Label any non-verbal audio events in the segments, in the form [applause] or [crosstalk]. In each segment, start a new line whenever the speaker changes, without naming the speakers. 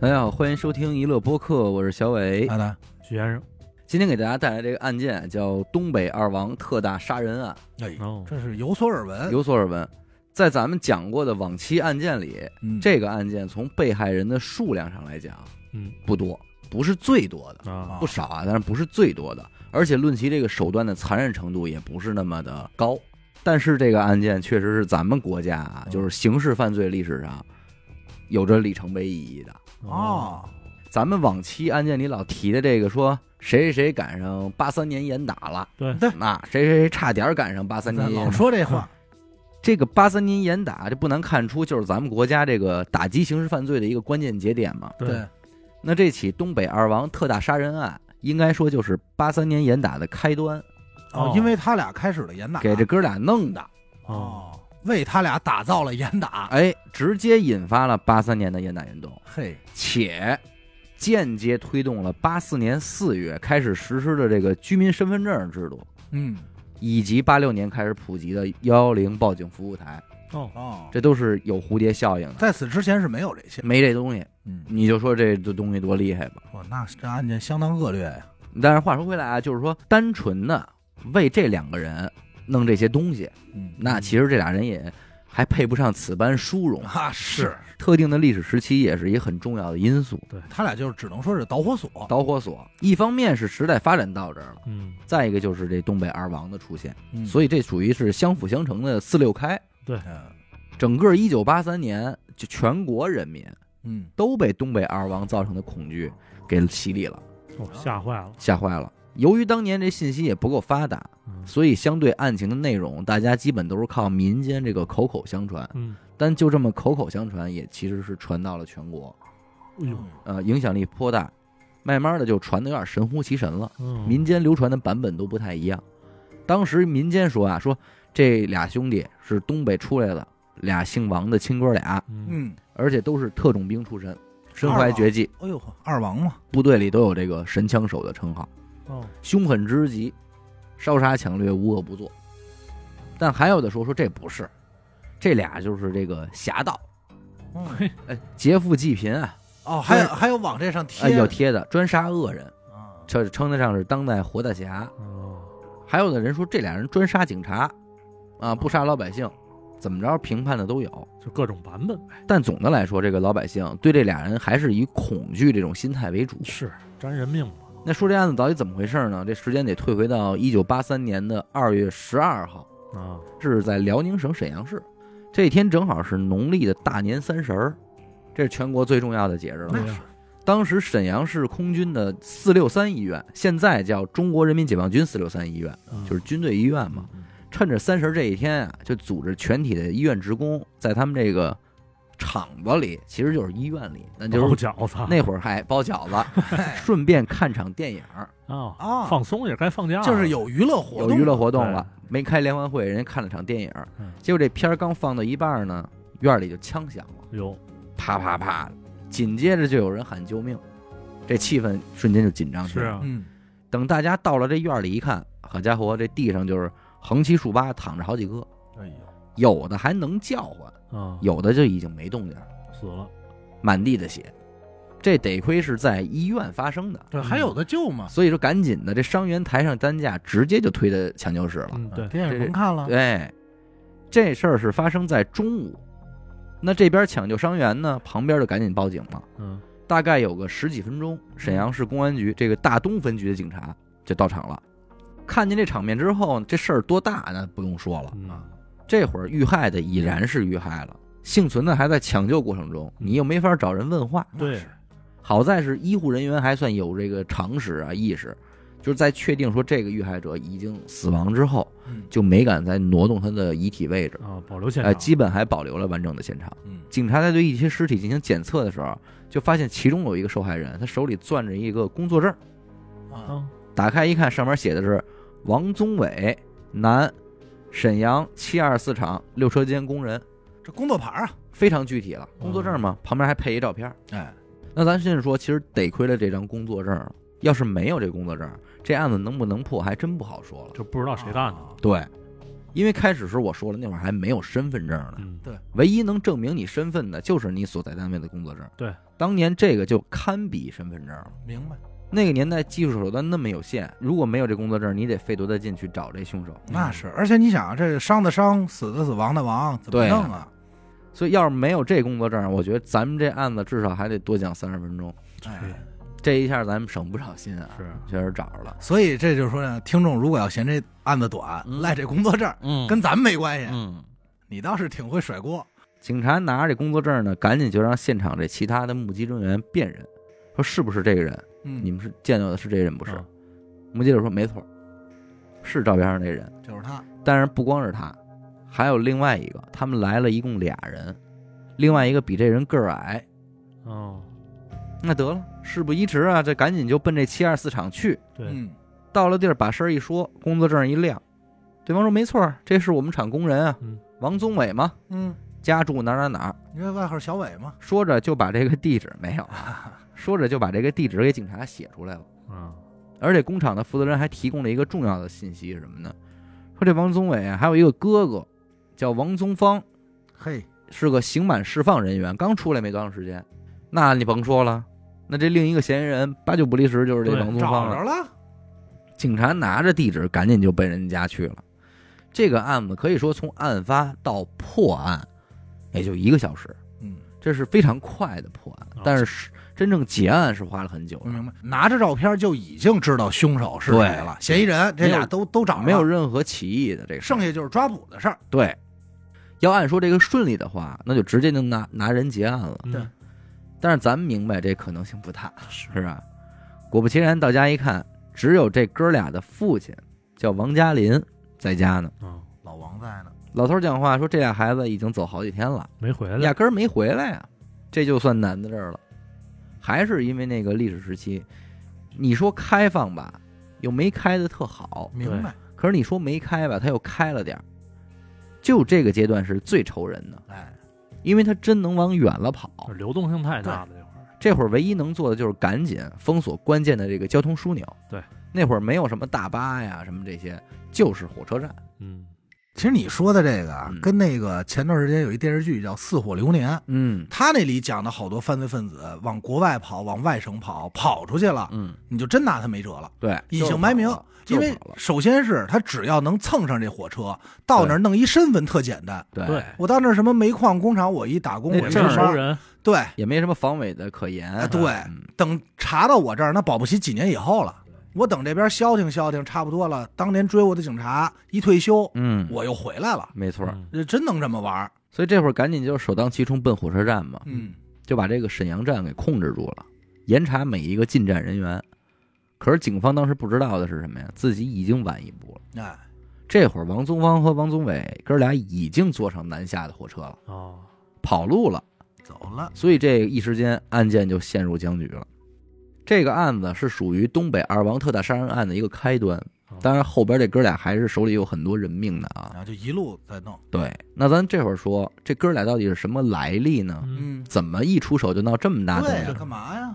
大家好，欢迎收听娱乐播客，我是小伟。
阿达，
许先生，
今天给大家带来这个案件叫东北二王特大杀人案，
哎，
哦，
这是有所耳闻。
有所耳闻。在咱们讲过的往期案件里，
嗯，
这个案件从被害人的数量上来讲
嗯
不多，不是最多的，
啊，
不少啊，但是不是最多的。而且论其这个手段的残忍程度，也不是那么的高。但是这个案件确实是咱们国家啊，
嗯
就是刑事犯罪历史上有着里程碑意义的。
哦，
啊，
咱们往期案件里老提的这个说谁谁谁赶上八三年严打了，
对
对
那谁谁谁差点赶上八三年
咱
严
老
打。
说这话，
这个八三年严打，这不难看出就是咱们国家这个打击刑事犯罪的一个关键节点嘛。
[laughs] 对，
对，
那这起东北二王特大杀人案，应该说就是八三年严打的开端，
哦
哦，
因为他俩开始了严打，
给这哥俩弄的，
哦，
哦，为他俩打造了严打。
哎，直接引发了八三年的严打运动，
嘿，
且间接推动了八四年四月开始实施的这个居民身份证制度。
嗯，
以及八六年开始普及的幺幺零报警服务台，
哦，
哦，
这都是有蝴蝶效应的。
在此之前是没有这些。
没这东西，
嗯，
你就说这东西多厉害吧。
哇，那这案件相当恶劣呀。
但是话说回来啊，就是说单纯的为这两个人弄这些东西，
嗯，
那其实这俩人也还配不上此般殊荣。
啊是，
特定的历史时期也是一个很重要的因素。
他俩就是只能说是导火索。
导火索，一方面是时代发展到这儿了，
嗯，
再一个就是这东北二王的出现，
嗯
所以这属于是相辅相成的四六开。
嗯
整个一九八三年，就全国人民
嗯，
都被东北二王造成的恐惧给洗礼了，
哦，吓坏了，
吓坏了。由于当年这信息也不够发达，
嗯
所以相对案情的内容，大家基本都是靠民间这个口口相传。
嗯，
但就这么口口相传，也其实是传到了全国，
嗯
哎呦，
呃，影响力颇大。慢慢的就传的有点神乎其神了，
嗯，
民间流传的版本都不太一样。当时民间说啊，说这俩兄弟是东北出来的，俩姓王的亲哥俩，
嗯，
嗯，
而且都是特种兵出身，身怀绝技，
哎呦，二王嘛，
部队里都有这个“神枪手”的称号，
哦，
凶狠之极，烧杀抢掠，无恶不作。但还有的说说这不是，这俩就是这个侠盗，
嗯
哎，劫富济贫啊，
[laughs] 哦，还有还有往这上
哎，
贴
要
呢，
贴的，专杀恶人，
啊
这称得上是当代活大侠。
哦，
还有的人说这俩人专杀警察，啊，不杀老百姓，怎么着评判的都有。
就各种版本呗，
但总的来说，这个老百姓对这俩人还是以恐惧这种心态为主。
是沾人命嘛，
那说这案子到底怎么回事呢？这时间得退回到一九八三年的二月十二号，
啊，
是在辽宁省沈阳市。这一天正好是农历的大年三十儿，这是全国最重要的节日了。
嗯对呀，
当时沈阳市空军的四六三医院，现在叫中国人民解放军四六三医院，
嗯
就是军队医院嘛。，
嗯
趁着三十这一天啊，就组织全体的医院职工在他们这个厂子里，其实就是医院里，那就
包
是
饺子，
那会儿还包饺子，
哎
[laughs] 顺便看场电影儿。
啊
啊
放松也该放假了，
就是有娱乐活
有
动，
娱乐活动了，没开联欢会，人家看了场电影
哎嗯，
结果这片儿刚放到一半儿呢，院儿里就枪响了，
有，
啪啪啪，紧接着就有人喊救命，这气氛瞬间就紧张起
是
来。
啊，
嗯，
等大家到了这院儿里一看，好家伙，这地上就是横七竖八躺着好几个，
哎呦，
有的还能叫唤，
啊，
有的就已经没动静儿，
死了，
满地的血。这得亏是在医院发生的，
对，
嗯
还有的救嘛，
所以说赶紧的，这伤员抬上担架，直接就推到抢救室了。
嗯，对，
电影甭看了，
对，哎这事儿是发生在中午。那这边抢救伤员呢，旁边就赶紧报警了。
嗯，
大概有个十几分钟，沈阳市公安局这个大东分局的警察就到场了。看见这场面之后，这事儿多大那不用说了。啊
嗯，
这会儿遇害的已然是遇害了，幸存的还在抢救过程中，你又没法找人问话。
对，
好在是医护人员还算有这个常识啊意识，就是在确定说这个遇害者已经死亡之后，
嗯
就没敢再挪动他的遗体位置。
啊，保留现
呃，
场，
基本还保留了完整的现场。
嗯
警察在对一些尸体进行检测的时候，就发现其中有一个受害人，他手里攥着一个工作证，嗯
啊，
啊，
打开一看，上面写的是王宗伟，男，沈阳七二四厂六车间工人，
这工作牌儿啊，
非常具体了。工作证嘛，旁边还配一照片。
哎，
那咱现在说，其实得亏了这张工作证，要是没有这工作证，这案子能不能破还真不好说了。
啊
啊
就不知道谁干的，
对，因为开始时候我说了，那会儿还没有身份证呢，
嗯，
唯一能证明你身份的就是你所在单位的工作证。
对，
当年这个就堪比身份证了。
明白？
那个年代技术手段那么有限，如果没有这工作证，你得费多大劲去找这凶手。
那是，而且你想啊，这伤的伤，死的死，亡的亡，怎么
对啊
弄啊？
所以要是没有这工作证，我觉得咱们这案子至少还得多讲三十分钟。
哎
这一下咱们省不少心啊，
是
确实找着了。
所以这就是说呢，听众如果要嫌这案子短，
嗯
赖这工作证儿，
嗯，
跟咱们没关系。
嗯
你倒是挺会甩锅，
警察拿着这工作证呢，赶紧就让现场这其他的目击证人辨认，说是不是这个人？
嗯，
你们是见到的是这人不是
啊？
目击者说没错，是照片上这人。
就是他，
但是不光是他，还有另外一个，他们来了一共俩人，另外一个比这人个儿矮，
哦，
那得了，事不宜迟啊，这赶紧就奔这七二四厂去。
对，
嗯，
到了地儿，把事儿一说，工作证一亮，对方说没错儿，这是我们厂工人啊，
嗯
王宗伟嘛，
嗯，
家住哪儿哪儿哪儿。
你这外号小伟嘛，
说着就把这个地址没有，啊说着就把这个地址给警察写出来了。
啊，
而且工厂的负责人还提供了一个重要的信息是什么呢？说这王宗伟啊，还有一个哥哥，叫王宗芳，
嘿，
是个刑满释放人员，刚出来没多长时间。那你甭说了，那这另一个嫌疑人八九不离十就是这
对
王宗芳了
找着。了，
警察拿着地址，赶紧就奔人家去了。这个案子可以说从案发到破案，也就一个小时，
嗯，
这是非常快的破案
啊。
但是是真正结案是花了很久
我
的，
明白。拿着照片就已经知道凶手是谁
对
了，嫌疑人这
没
俩
有
都都找着了
啊没有任何歧义的这个事儿
剩下就是抓捕的事儿。
对。要按说这个顺利的话，那就直接能拿拿人结案了。
嗯
对
但是咱们明白这可能性不大，是吧？果不其然，到家一看，只有这哥俩的父亲叫王嘉林在家呢。
啊，
老王在呢，
老头儿讲话说，这俩孩子已经走好几天了。
没回来
压，根儿没回来呀、这就算难在这儿了。还是因为那个历史时期，你说开放吧，又没开的特好；
明白？
可是你说没开吧，它又开了点儿。就这个阶段是最愁人的，
哎，
因为他真能往远了跑。
流动性太大了，这会儿
这会儿唯一能做的就是赶紧封锁关键的这个交通枢纽。
对，
那会儿没有什么大巴呀，什么这些，就是火车站。
嗯，
其实你说的这个啊
嗯，
跟那个前段时间有一电视剧叫《似火流年》，
嗯
他那里讲的好多犯罪分子往国外跑，往外省跑，跑出去了，
嗯，
你就真拿他没辙了。
对，
隐姓埋名
就是跑了就
因为
是跑了
首先是他只要能蹭上这火车，到那儿弄一身份特简单。
对
对，
我到那儿什么煤矿工厂，我一打工，
那
我一
证
正
儿
上
熟
班，
人，
对，
也没什么防伪的可言。
啊对
嗯
等查到我这儿，那保不齐几年以后了。我等这边消停消停，差不多了。当年追我的警察一退休，
嗯，
我又回来了。
没错儿。
嗯
这真能这么玩儿？
所以这会儿赶紧就首当其冲奔火车站嘛，
嗯，
就把这个沈阳站给控制住了，严查每一个进站人员。可是警方当时不知道的是什么呀？自己已经晚一步了。
哎，
这会儿王宗芳和王宗伟哥俩已经坐上南下的火车了，
哦，
跑路了。
走了。
所以这一时间案件就陷入僵局了。这个案子是属于东北二王特大杀人案的一个开端，当然后边这哥俩还是手里有很多人命的啊
然。后就一路在弄。
对，那咱这会儿说这哥俩到底是什么来历呢？
嗯，
怎么一出手就闹这么大动
对呀，
静？
干嘛呀？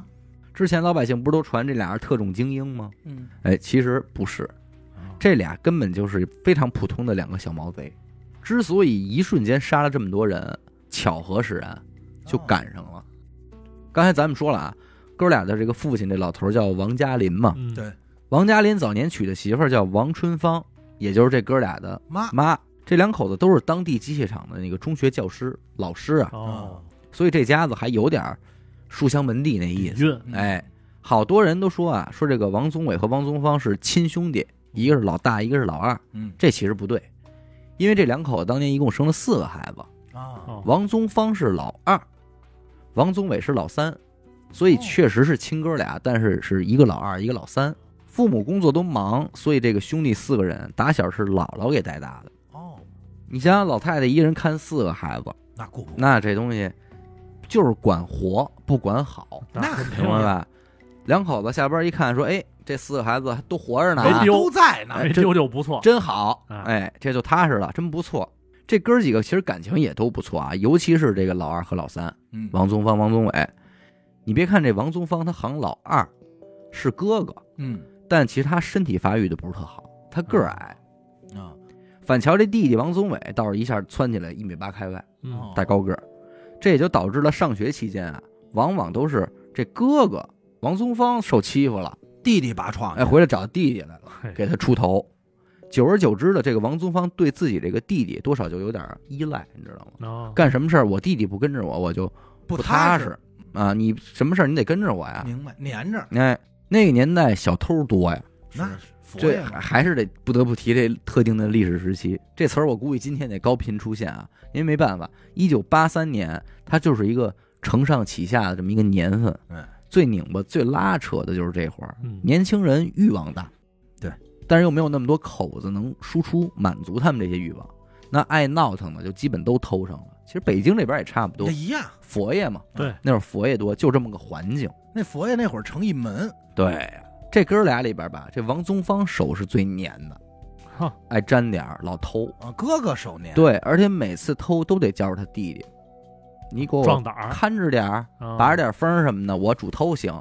之前老百姓不是都传这俩是特种精英吗？
嗯，
哎，其实不是，
啊
这俩根本就是非常普通的两个小毛贼。之所以一瞬间杀了这么多人，巧合使然，就
哦
赶上了。刚才咱们说了啊，哥俩的这个父亲这老头儿叫王嘉林嘛，
嗯
对
王嘉林早年娶的媳妇儿叫王春芳，也就是这哥俩的
妈，
妈。这两口子都是当地机械厂的那个中学教师、老师啊，
哦，
所以这家子还有点儿书香门第那意
底
思。
蕴，
嗯
哎，好多人都说啊，说这个王宗伟和王宗芳是亲兄弟，一个是老大，一个是老二。
嗯
这其实不对，因为这两口子当年一共生了四个孩子，
啊，
哦，
王宗芳是老二，王宗伟是老三，所以
哦
确实是亲哥俩，但是是一个老二，一个老三。父母工作都忙，所以这个兄弟四个人打小是姥姥给带大的。
哦，
你想想，老太太一人看四个孩子，
那顾不
那这东西就是管活不管好。
那
肯定
明白吧？两口子下班一看，说：“哎，这四个孩子都活着呢
没
啊，
丢
都在呢。
没哎丢就不错，
真好，
啊
哎，这就踏实了，真不错。”这哥儿几个其实感情也都不错啊，尤其是这个老二和老三，
嗯
王宗芳、王宗伟。你别看这王宗芳他行老二，是哥哥，
嗯
但其实他身体发育的不是特好，他个儿矮。
啊，
反瞧这弟弟王宗伟倒是一下窜起来一米八开外，
哦
嗯
大高个儿，这也就导致了上学期间啊，往往都是这哥哥王宗芳受欺负了，
弟弟拔创，
哎，回来找弟弟来了，
哎
嘿
给他出头。久而久之的，这个王宗芳对自己这个弟弟多少就有点依赖，你知道吗？
哦
干什么事儿我弟弟不跟着我，我就
不
踏
实，
啊！你什么事儿你得跟着我呀。
明白，粘着，
哎，那个年代小偷多呀，
那
是
佛
这
爷嘛
还还是得不得不提这特定的历史时期。这词儿我估计今天得高频出现啊，因为没办法，一九八三年它就是一个承上启下的这么一个年份。
嗯，
最拧巴、最拉扯的就是这会儿，
嗯
年轻人欲望大，
对，
但是又没有那么多口子能输出满足他们这些欲望。那爱闹腾的就基本都偷上了。其实北京这边也差不多
那，一样。
佛爷嘛，
对，
那会儿佛爷多，就这么个环境。
那佛爷那会儿成一门，
对呀，这哥俩里边吧，这王宗芳手是最粘的，
哈
爱沾点儿，老偷。
啊，哥哥手粘，，
对，而且每次偷都得叫着他弟弟，你给
壮
我
胆儿，
看着点儿，
啊
把着点儿风儿什么的，我主偷行。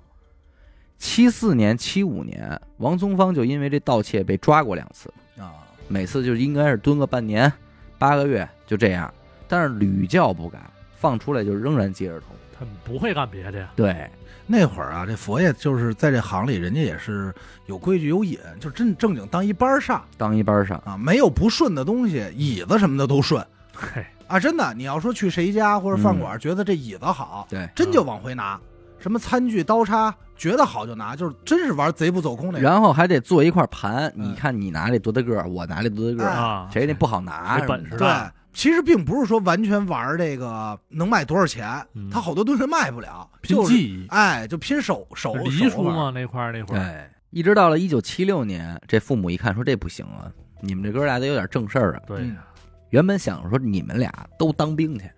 七四年、七五年，王宗芳就因为这盗窃被抓过两次，
啊，
每次就应该是蹲个半年、八个月，就这样。但是屡教不改，放出来就仍然接着偷。
他们不会干别的呀。
对，
那会儿啊，这佛爷就是在这行里，人家也是有规矩有瘾，就真正经当一班上
当一班上，
啊，没有不顺的东西，椅子什么的都顺
嘿，
啊，真的。你要说去谁家或者饭馆，觉得这椅子好，
对。
真就往回拿，什么餐具、刀叉，觉得好就拿，就是真是玩贼不走空那种。
然后还得做一块盘，
嗯
你看你拿这多大个儿，我拿这多大个儿，
哎
啊，
谁那不好拿
谁
什么的？
本事
对
啊，
其实并不是说完全玩这个能卖多少钱，
嗯
他好多东西卖不了，
拼
就是
技艺，
哎，就拼手手
黎
手
叔
腕儿
嘛那块儿那会儿，
对，哎一直到了一九七六年，这父母一看说这不行啊，你们这哥俩得有点正事儿啊。
对
嗯
呀，
原本想说你们俩都当兵去，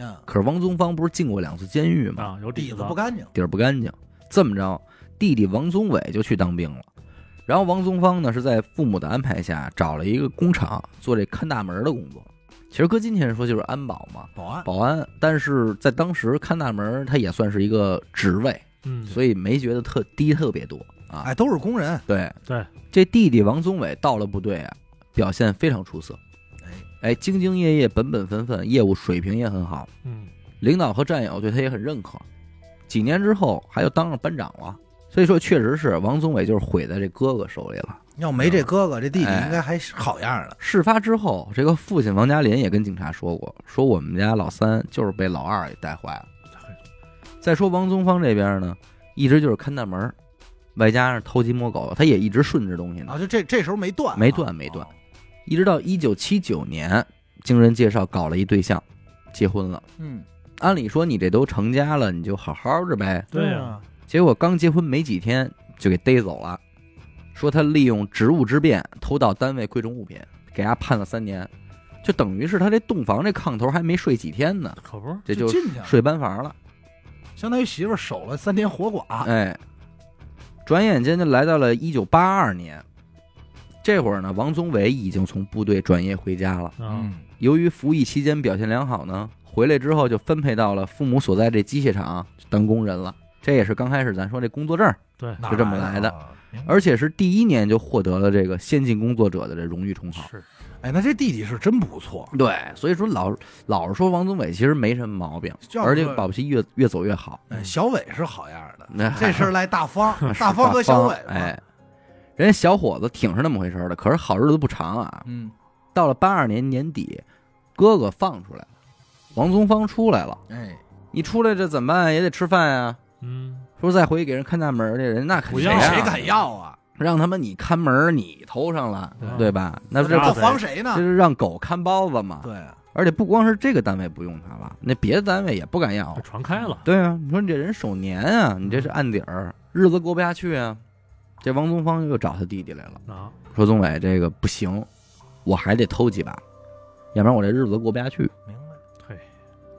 嗯，
可是王宗芳不是进过两次监狱吗？
啊，有
底
子
子不干净，
底儿不干净。这么着，弟弟王宗伟就去当兵了。然后王宗芳呢是在父母的安排下找了一个工厂做这看大门的工作。其实搁今天说就是安保嘛，
保安
保安。但是在当时看大门，他也算是一个职位，
嗯，
所以没觉得特低特别多啊。
哎都是工人，
对
对，
这弟弟王宗伟到了部队啊，表现非常出色，
哎
哎，兢兢业业、本本分分，业务水平也很好，
嗯，
领导和战友对他也很认可。几年之后，还又当上班长了，所以说确实是王宗伟就是毁在这哥哥手里了。
要没这哥哥，这弟弟
哎
应该还是好样儿的。
事发之后，这个父亲王嘉林也跟警察说过，说我们家老三就是被老二给带坏了。再说王宗芳这边呢，一直就是看大门儿，外加上偷鸡摸狗，他也一直顺着东西呢
啊，。就这这时候没断啊，
没断没断
啊，
一直到一九七九年，经人介绍搞了一对象，结婚了。
嗯，
按理说你这都成家了，你就好好着呗。
对呀，
呀，
结果刚结婚没几天就给逮走了，说他利用职务之便偷盗单位贵重物品，给他判了三年，就等于是他这洞房这炕头还没睡几天呢，
可不是，
这就
进去了，
睡班房了。
相当于媳妇儿守了三天活寡，
哎，转眼间就来到了一九八二年，这会儿呢，王宗伟已经从部队转业回家了。
嗯
啊，，
由于服役期间表现良好呢，回来之后就分配到了父母所在这机械厂当工人了。这也是刚开始咱说这工作证，
对，
哪
就这么来的
啊。明白
而且是第一年就获得了这个先进工作者的这荣誉称号。
是，
哎，那这弟弟是真不错，
对，所以说老老是说王宗伟其实没什么毛病，
叫
而且
个
保不嗯齐越越走越好。
哎小伟是好样儿的。
那
这事儿赖
[laughs]
大方，大方和小伟嘛，
哎，人家小伙子挺是那么回事儿的，可是好日子不长啊，
嗯，
到了八二年年底，哥哥放出来了，王宗芳出来了，
哎，
你出来这怎么办呀？也得吃饭呀、啊
嗯，
说再回去给人看大门儿去，人那肯
不
定
要
啊
谁敢要啊？
让他们你看门儿你头上了，
对
对吧？那不
这
这
大
不
不
贼
防谁呢
这？是让狗看包子嘛？
对啊，
而且不光是这个单位不用他了，那别的单位也不敢要
这。传开了，
对啊，你说你这人手黏啊，你这是案底儿，日子过不下去啊。这王宗芳又找他弟弟来了，
啊，
说宗伟这个不行，我还得偷几把，要不然我这日子过不下去。
明白。
嘿，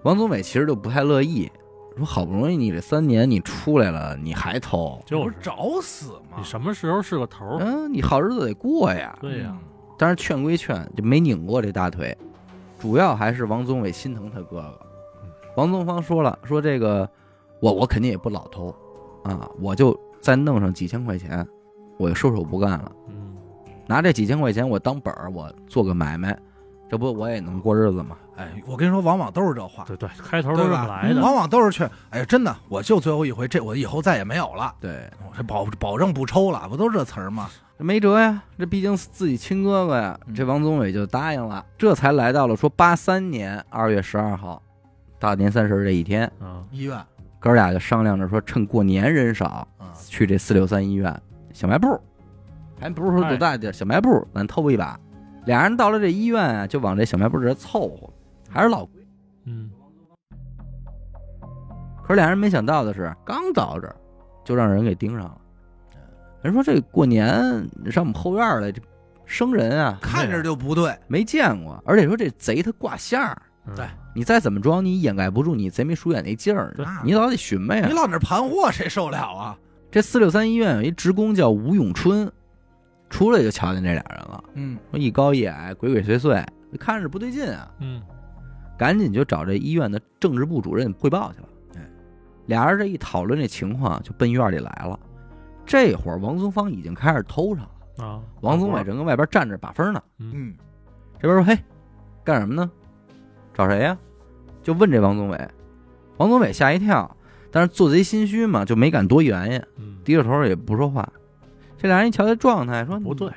王宗伟其实就不太乐意，说好不容易你这三年你出来了，你还偷，
不
就是
找死吗？
你什么时候是个头儿？
嗯、你好日子得过呀。
对呀，
嗯
但是劝归劝，就没拧过这大腿，主要还是王宗伟心疼他哥哥
嗯。
王宗芳说了，说这个我我肯定也不老偷啊，我就再弄上几千块钱，我就收手不干了。
嗯，
拿这几千块钱我当本儿，我做个买卖，这不我也能过日子吗？
哎，我跟你说，往往都是这话，
对对，开头都
对
是这
吧
么来？的。
往往都是劝，哎呀，真的，我就最后一回，这我以后再也没有了，
对，
我这保保证不抽了，不都是这词儿吗？
没辙呀，这毕竟自己亲哥哥呀。
嗯
这王宗伟就答应了，这才来到了说八三年二月十二号，大年三十这一天，
嗯
医院，
哥俩就商量着说，趁过年人少，
嗯，
去这四六三医院小卖部，还不是说
哎
多大地儿，小卖部咱偷一把。俩人到了这医院啊，就往这小卖部这儿凑合，还是老规矩。
嗯，
可是俩人没想到的是，刚到这儿就让人给盯上了。人说这过年上我们后院儿来，这生人啊
看着就不对，
没见过，而且说这贼他挂相儿，
嗯
对
你再怎么装，你掩盖不住你贼眉鼠眼那劲儿，
对
那
你老得寻呗
啊你
呀。
老那盘货，谁受了啊？
这四六三医院有一职工叫吴永春，出来就瞧见这俩人了，
嗯，
说一高一矮，鬼鬼祟祟，看着不对劲啊，
嗯
赶紧就找这医院的政治部主任汇报去了。
哎，
俩人这一讨论这情况，就奔院里来了。这会儿王松芳已经开始偷上了，
啊，
王宗伟正跟外边站着把风呢。
嗯
嗯，
这边说：“嘿，干什么呢？找谁呀、就问这王宗伟。王宗伟吓一跳，但是做贼心虚嘛，就没敢多言呀，
嗯，
低着头也不说话。这俩人一瞧这状态，说：“
不对，，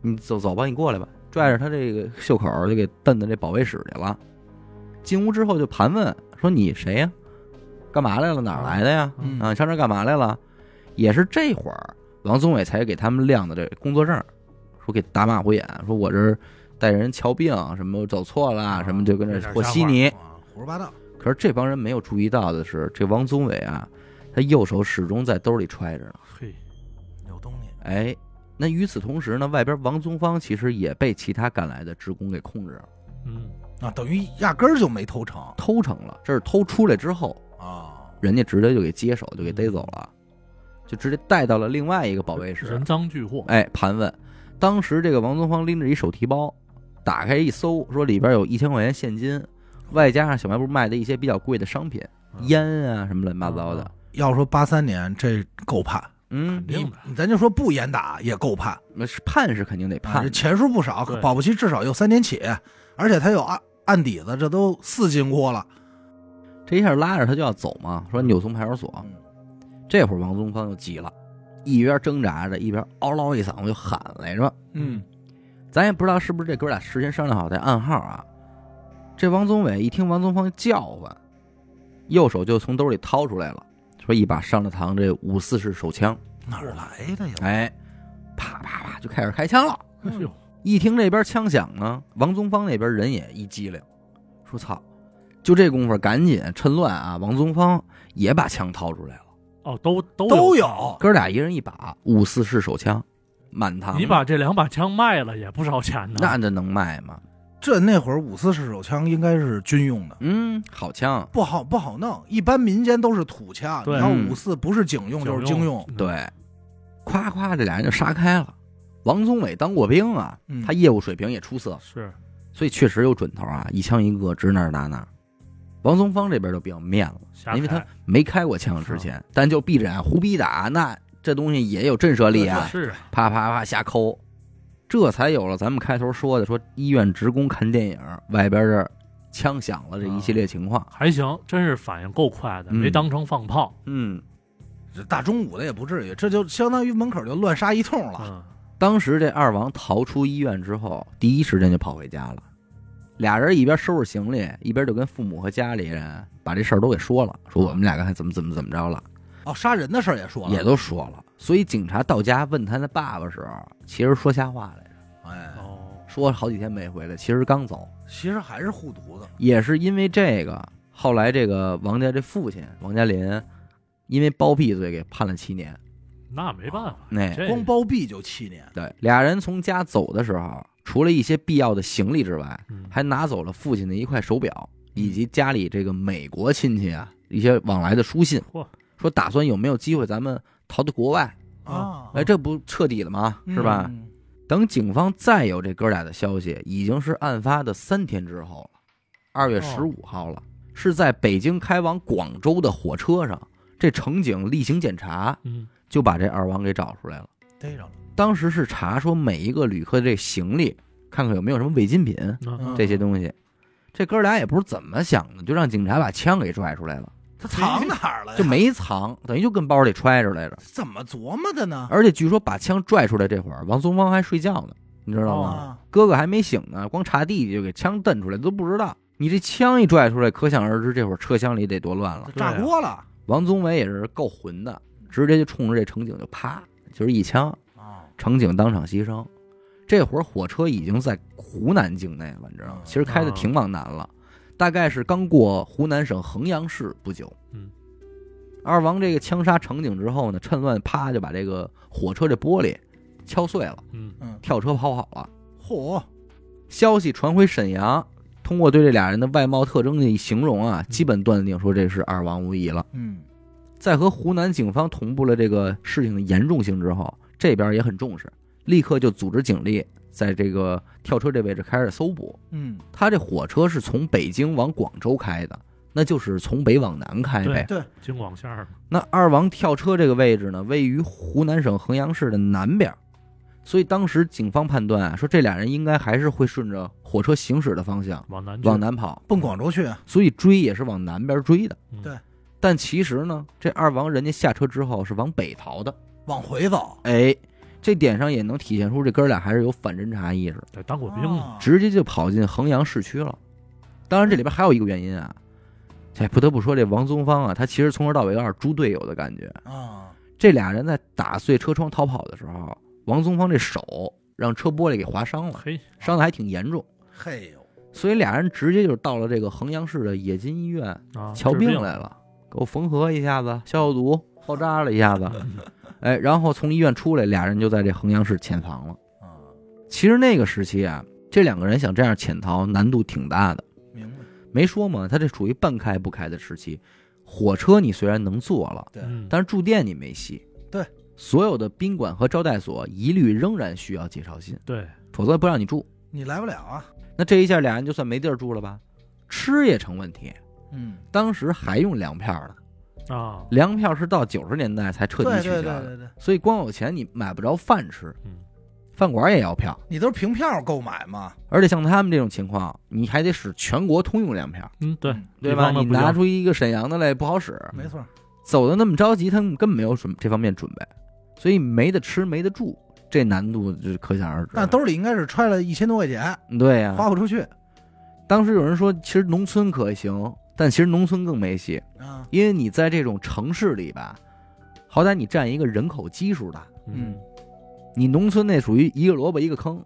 你嗯走走吧，你过来吧。”拽着他这个袖口就给蹬到这保卫室去了。进屋之后就盘问说：“你谁呀、干嘛来了？哪儿来的呀？
嗯
啊，你上这儿干嘛来了？”也是这会儿，王宗伟才给他们亮的这工作证，说给打马虎眼，说我这儿带人瞧病，什么我走错了，
啊
什么就跟
有
这
点
和稀
瞎话
泥。
啊胡说八道，
可是这帮人没有注意到的是，这王宗伟啊，他右手始终在兜里揣着呢。
嘿，
有东西，
哎，那与此同时呢，外边王宗芳其实也被其他赶来的职工给控制了，
嗯
啊，等于压根儿就没偷成
偷成了。这是偷出来之后，
啊，
人家直接就给接手，就给逮走了，就直接带到了另外一个保卫室
人。赃俱获，
哎，盘问。当时这个王宗芳拎着一手提包，打开一搜，说里边有一千块钱现金，外加上小卖部卖的一些比较贵的商品，
嗯
烟啊什么乱七八糟的。
要说八三年这够判，
嗯，
肯定
你
的
你咱就说不严打也够判，
那是判是肯定得
啊，
判
这
的，
钱数不少，可
对
保不齐至少有三年起，而且他有案案底子，这都四进锅了，
这一下拉着他就要走嘛，说扭送派出所。这会儿王宗芳就急了，一边挣扎着，一边嗷唠一嗓子就喊来着。
嗯，
咱也不知道是不是这哥俩事先商量好的暗号啊。这王宗伟一听王宗芳叫唤，右手就从兜里掏出来了，说一把上了膛这五四式手枪，
嗯哪儿来的呀？
哎，啪啪啪就开始开枪了。
哎呦，
一听这边枪响呢，王宗芳那边人也一激灵，说操，就这功夫赶紧趁乱啊！王宗芳也把枪掏出来了，
哦，都都
都
有，
有，
哥俩一人一把五四式手枪，满膛。
你把这两把枪卖了也不少钱呢，
啊那这能卖吗？
这那会儿五四式手枪应该是军用的，
嗯，好枪。
不好不好弄，一般民间都是土枪，
对
你要
嗯
五四不是警用就是经用，，
嗯
对，夸夸这俩人就杀开了。王宗伟当过兵啊，
嗯
他业务水平也出色
嗯，是，
所以确实有准头啊，一枪一个，指哪儿打哪儿。王宗芳这边就比较面了，
瞎
因为他
开
没开过枪之前，但就闭着眼胡逼打，那这东西也有震慑力啊，
是
啪啪啪瞎抠，这才有了咱们开头说的说医院职工看电影外边这枪响了这一系列情况。
还行，真是反应够快的，
嗯
没当成放炮，
嗯，
这大中午的也不至于，这就相当于门口就乱杀一通了。
嗯，
当时这二王逃出医院之后，第一时间就跑回家了。俩人一边收拾行李，一边就跟父母和家里人把这事儿都给说了，说我们俩刚才怎么怎么怎么着了，
哦，杀人的事儿也
啊
说了，
也都说了。所以警察到家问他的爸爸时候，其实说瞎话来着，
哎，
哦，
说好几天没回来，其实刚走。
其实还是护犊子，
也是因为这个，后来这个王家这父亲王家林，因为包庇罪给判了七年。
那没办法，
那、
啊这
光包庇就七年，
对俩人从家走的时候，除了一些必要的行李之外，
嗯
还拿走了父亲的一块手表，以及家里这个美国亲戚啊一些往来的书信
嚯，哦
说打算有没有机会咱们逃到国外？
啊
哎，这不彻底了吗？是吧？
嗯
等警方再有这哥俩的消息，已经是案发的三天之后了，二月十五号了，是在北京开往广州的火车上，这乘警例行检查
嗯，
就把这二王给找出来了。
逮着了，
当时是查说每一个旅客这行李，看看有没有什么违禁品
嗯
这些东西。这哥俩也不是怎么想的，就让警察把枪给拽出来了，
他藏哪儿了呀？
就没藏，等于就跟包里揣着来着。
怎么琢磨的呢？
而且据说把枪拽出来这会儿，王松芳还睡觉呢，你知道吗？
啊，
哥哥还没醒呢，光查弟弟就给枪蹬出来都不知道。你这枪一拽出来，可想而知这会儿车厢里得多乱了。
炸锅了
王宗伟也是够混的，直接就冲着这乘警就啪就是一枪，
啊！
乘警当场牺牲。这会儿火车已经在湖南境内了，你知道吗
嗯？
其实开的挺往南了，大概是刚过湖南省衡阳市不久。
嗯，
二王这个枪杀乘警之后呢，趁乱啪就把这个火车这玻璃敲碎了，
嗯
嗯，
跳车跑跑了。
嚯，
消息传回沈阳，通过对这俩人的外貌特征的一形容啊，基本断定说这是二王无疑了。
嗯，
在和湖南警方同步了这个事情的严重性之后，这边也很重视，立刻就组织警力在这个跳车这位置开始搜捕。
嗯，
他这火车是从北京往广州开的，那就是从北往南开呗。
对，
京广线儿
那二王跳车这个位置呢，位于湖南省衡阳市的南边，所以当时警方判断啊，说这俩人应该还是会顺着火车行驶的方向
往南去
往南跑，
奔广州去，
所以追也是往南边追的。
嗯
对
但其实呢，这二王人家下车之后是往北逃的。
往回走，
哎，这点上也能体现出这哥俩还是有反侦查意识，
得当过兵嘛，
啊
直接就跑进衡阳市区了。当然，这里边还有一个原因啊，哎，不得不说这王宗芳啊，他其实从头到尾有点猪队友的感觉。
啊，
这俩人在打碎车窗逃跑的时候，王宗芳这手让车玻璃给划伤了，
嘿，
伤的还挺严重，
嘿呦，
所以俩人直接就到了这个衡阳市的冶金医院
啊，
瞧
治病
病来了，给我缝合一下子，消消毒，包扎了一下
嗯
子，哎，然后从医院出来，俩人就在这衡阳市潜藏了。
啊，
其实那个时期啊，这两个人想这样潜逃难度挺大的。
明白，
没说嘛，他这属于半开不开的时期。火车你虽然能坐了，
对，
嗯，
但是住店你没戏。
对，
所有的宾馆和招待所一律仍然需要介绍信，
对，
否则不让你住。
你来不了啊，
那这一下俩人就算没地儿住了吧？吃也成问题。
嗯，
当时还用粮票呢，
啊，
粮票是到九十年代才彻
对
底取消
对对
的，
对对，
所以光有钱你买不着饭吃，
嗯，
饭馆也要票。
你都是凭票购买嘛，
而且像他们这种情况，你还得使全国通用粮票。
嗯，对，
嗯
对吧？
地方的
你
不行
拿出一个沈阳的来不好使，
没错，
走的那么着急，他们根本没有准这方面准备，所以没得吃，没得住，这难度就是可想而知。
但兜里应该是揣了一千多块钱，
对呀、
花不出去，
当时有人说，其实农村可行，但其实农村更没戏，
啊，
因为你在这种城市里吧，好歹你占一个人口基数大，
嗯，
你农村那属于一个萝卜一个坑，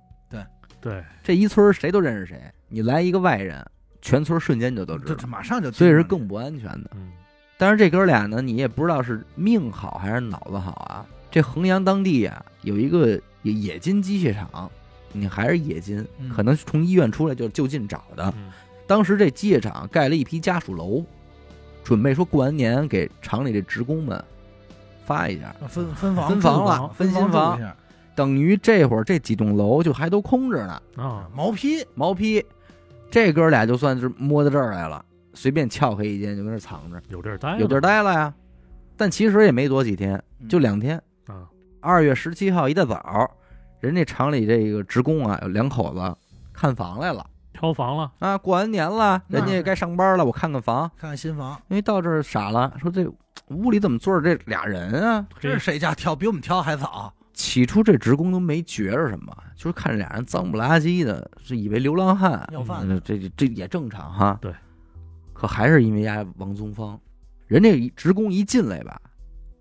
对，
这一村儿谁都认识谁，你来一个外人，全村儿瞬间就都知
这
道
这，马上就，
所以是更不安全的。
嗯，
但是这哥俩呢，你也不知道是命好还是脑子好啊。这衡阳当地啊，有一个冶冶金机械厂，你还是冶金
嗯，
可能从医院出来就就近找的。
嗯
当时这机械厂盖了一批家属楼，准备说过完年给厂里这职工们发一下，
分分房
分房
住
了
分
分新
住
房
一下
等于这会儿这几栋楼就还都空着呢，
啊，
毛坯，
毛坯。这哥俩就算是摸到这儿来了，随便撬开一间就跟那儿藏着，
有地儿待，
有地儿，待了呀。但其实也没多几天，就
嗯
两天。
啊，
二月十七号一大早，人这厂里这个职工啊，有两口子看房来了
挑房了，
啊，过完年了，
那
人家也该上班了，我看看房。
嗯看看新房，
因为到这儿傻了，说这屋里怎么坐着这俩人啊？
这是谁家挑比我们挑的还早，
起初这职工都没觉着什么，就是看这俩人脏不拉几的，是以为流浪汉，
[laughs] 要饭
嗯这这也正常哈。
对，
可还是因为家王宗芳，人这职工一进来吧，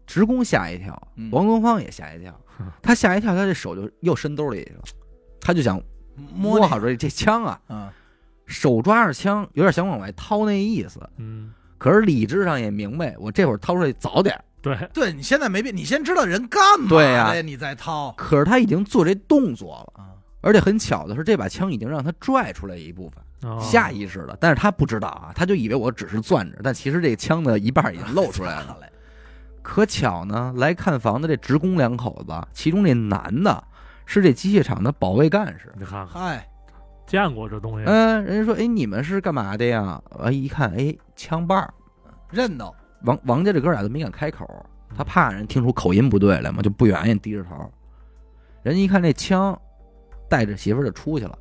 职工吓一跳
嗯，
王宗芳也吓一跳
哼，
他吓一跳，他这手就又伸兜里去了，他就想
摸
摸
那
好
个
这这枪啊，
啊，
手抓着枪，有点想往外掏那意思，
嗯，
可是理智上也明白，我这会儿掏出来早点儿，
对，
对你现在没变，你先知道人干嘛
对呀
嘞你再掏
可是他已经做这动作了。
啊，
而且很巧的是，这把枪已经让他拽出来一部分，
啊
下意识的，但是他不知道啊，他就以为我只是攥着，但其实这枪的一半已经露出来了。
嘞，
可巧呢，来看房的这职工两口子，其中这男的是这机械厂的保卫干事。
你看看，
嗨，
见过这东西，
嗯，人家说，哎，你们是干嘛的呀？哎，一看，哎，枪把儿。
认到
王王家这哥俩都没敢开口，他怕人听出口音不对来嘛，就不愿意低着头。人一看这枪，带着媳妇儿就出去了，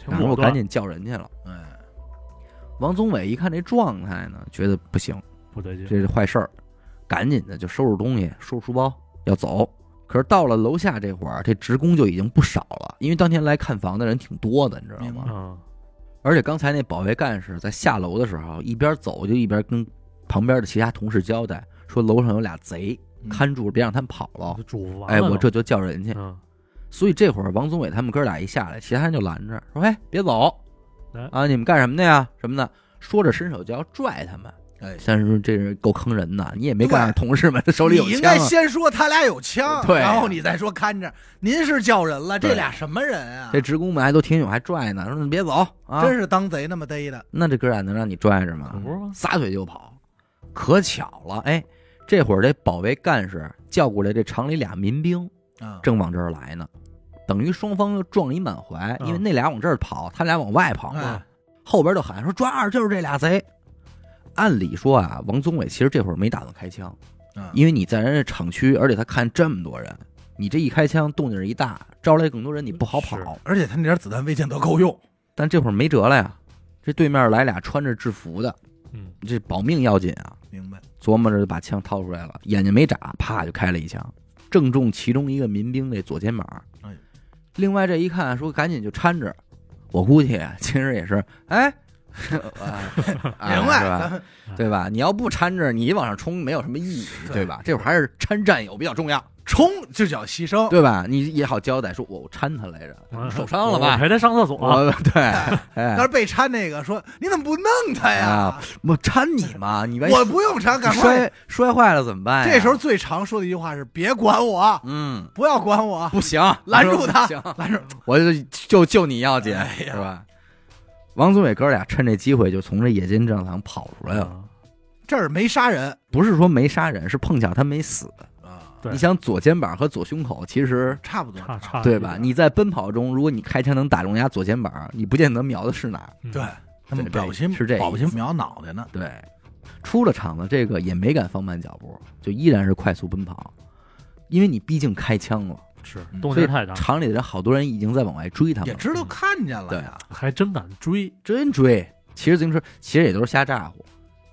挺
然后
果
我赶
断，
紧叫人去了。
哎，
王宗伟一看这状态呢，觉得不行，
不对劲，
这是坏事儿，赶紧的就收拾东西，收拾书包要走。可是到了楼下这会儿，这职工就已经不少了，因为当天来看房的人挺多的，你知道
明白
吗？
嗯，
而且刚才那保卫干事在下楼的时候，一边走就一边跟旁边的其他同事交代，说楼上有俩贼，
嗯
看住了别让他们跑了
就。嘱咐完
哎，
了
我
都
这就叫人去。
嗯，
所以这会儿王宗伟他们哥俩一下来，其他人就拦着说：“哎，别走
哎
啊！你们干什么的呀？什么的？”说着伸手就要拽他们。
哎，
但是这人够坑人的，你也没
对
告诉同事们手里有
你
枪
应该
啊。
先说他俩有枪，
对
然后你再说看着。您是叫人了，
对
这俩什么人啊
这？职工们还都挺勇，还拽呢，说你别走啊！
真是当贼那么逮的。
那这哥俩能让你拽着吗
可？不是吗？
撒腿就跑。可巧了，哎，这会儿这保卫干事叫过来这厂里俩民兵，
啊，
正往这儿来呢，等于双方又撞了一满怀，
嗯
因为那俩往这儿跑，他俩往外跑嘛，
哎
后边就喊说抓二就是这俩贼。按理说啊，王宗伟其实这会儿没打算开枪，
啊
因为你在人家厂区，而且他看这么多人，你这一开枪动静一大，招来更多人，你不好
是
跑。
而且他那点子弹未见得够用。
但这会儿没辙了呀，这对面来俩穿着制服的，
嗯，
这保命要紧啊。
明白？
琢磨着就把枪掏出来了，眼睛没眨，啪就开了一枪，正中其中一个民兵的左肩膀
哎。
另外这一看，说赶紧就搀着。我估计啊其实也是， [laughs] 哎，明
明白？
是
咱 [laughs]
吧？
们
对吧？你要不搀着，你往上冲没有什么意义，对吧？这会儿还是搀战友比较重要，
[laughs] 冲就叫牺牲。
对吧？你也好交代，说我搀他来着，受伤了
我
吧？
陪他上厕所啊，
我 [laughs]
[laughs]
对，哎
但，是被搀那个说：“你怎么不弄他呀
啊？我搀你嘛，你万一
我不用搀，赶快
摔摔坏了怎么！”办呀？
这时候，最常说的一句话是：“别管我，啊
嗯，
不要管我，啊
不行，
拦住他
行，
拦住
我就就就你要紧，
哎呀
是吧？王宗伟哥俩趁这机会就从这野金教堂跑出来了，
嗯
这儿没杀人
不是说没杀人，是碰巧他没死。
啊，
对
你想左肩膀和左胸口，其实
差不多，
差差
对吧？你在奔跑中，如果你开枪能打中人家左肩膀，你不见得瞄的是哪儿。
嗯
对，他们
对
保不齐
是这
保不
意
齐
思
瞄脑袋呢。
对，出了场子这个也没敢放慢脚步，就依然是快速奔跑，因为你毕竟开枪了，
是
嗯
动
所以
静太大，
厂里的人好多人已经在往外追他们
也
了，
知道看见了呀，
还真敢追，
真追，骑着自行车其实也都是瞎咋呼，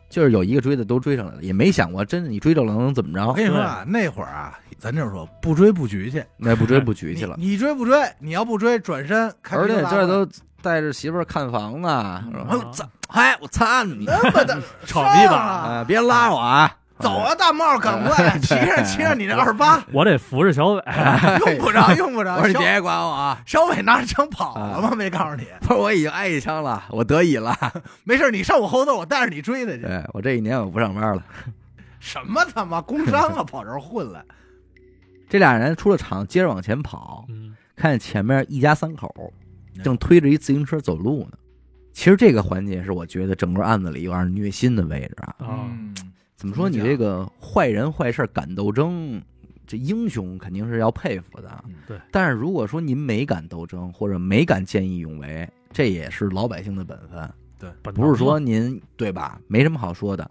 就是有一个追的都追上来了，也没想过真的你追着了能怎么着，
我跟你说啊，那会儿啊，咱这么说，不追不局去，
那不追不举去了。
你你追不追？你要不追，转身开
而且
车
这
拉过来
都带着媳妇儿看房呢，是吧啊
哎
啊
我操，
嗯嗨，我操你！
那么的
炒地
上
吧
啊
啊，别拉我啊！
走啊，大帽，
[laughs]
赶快骑上骑上你那二八，
我得扶着小伟，
哎
[laughs] 用不着用不着。
我说你
小
别管我啊！
小伟拿着枪跑了吗？没告诉你，
不是，我已经挨一枪了，我得以了。 [laughs]
没事，你上我后头，我带着你追他去。
对我这一年我不上班了。
什么他妈工伤啊，跑这儿混来？
这俩人出了厂，接着往前跑，
嗯，
看见前面一家三口正推着一自行车走路呢。其实这个环节是我觉得整个案子里有点虐心的位置啊。
啊，
嗯
怎么说？你这个坏人坏事敢斗争，这英雄肯定是要佩服的
嗯。
对，
但是如果说您没敢斗争，或者没敢见义勇为，这也是老百姓的本分，
本
不是
能
说
嘛
您对吧？没什么好说的。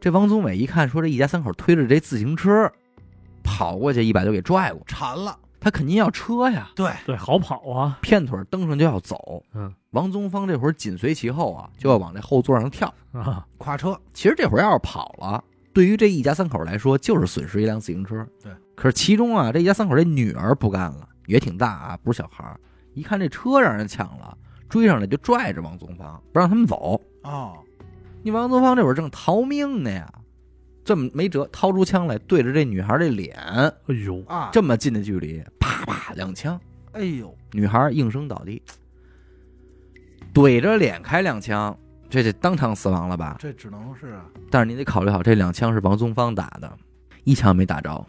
这王宗伟一看，说这一家三口推着这自行车跑过去，一把就给拽过去，
馋了，
他肯定要车呀，
对，
对好跑啊，
片腿蹬上就要走。
嗯
王宗芳这会儿紧随其后啊，就要往这后座上跳。
啊，
跨车，
其实这会儿要是跑了，对于这一家三口来说，就是损失一辆自行车。
对，
可是其中啊，这一家三口这女儿不干了，也挺大啊，不是小孩儿。一看这车让人抢了，追上来就拽着王宗芳，不让他们走。
哦，
你王宗芳这会儿正逃命呢呀，这么没辙，掏出枪来对着这女孩这脸，
哎呦，
啊，
这么近的距离，啪啪两枪，
哎呦，
女孩应声倒地，怼着脸开两枪，这得当场死亡了吧？
这只能是啊，
但是你得考虑好，这两枪是王宗芳打的，一枪没打着，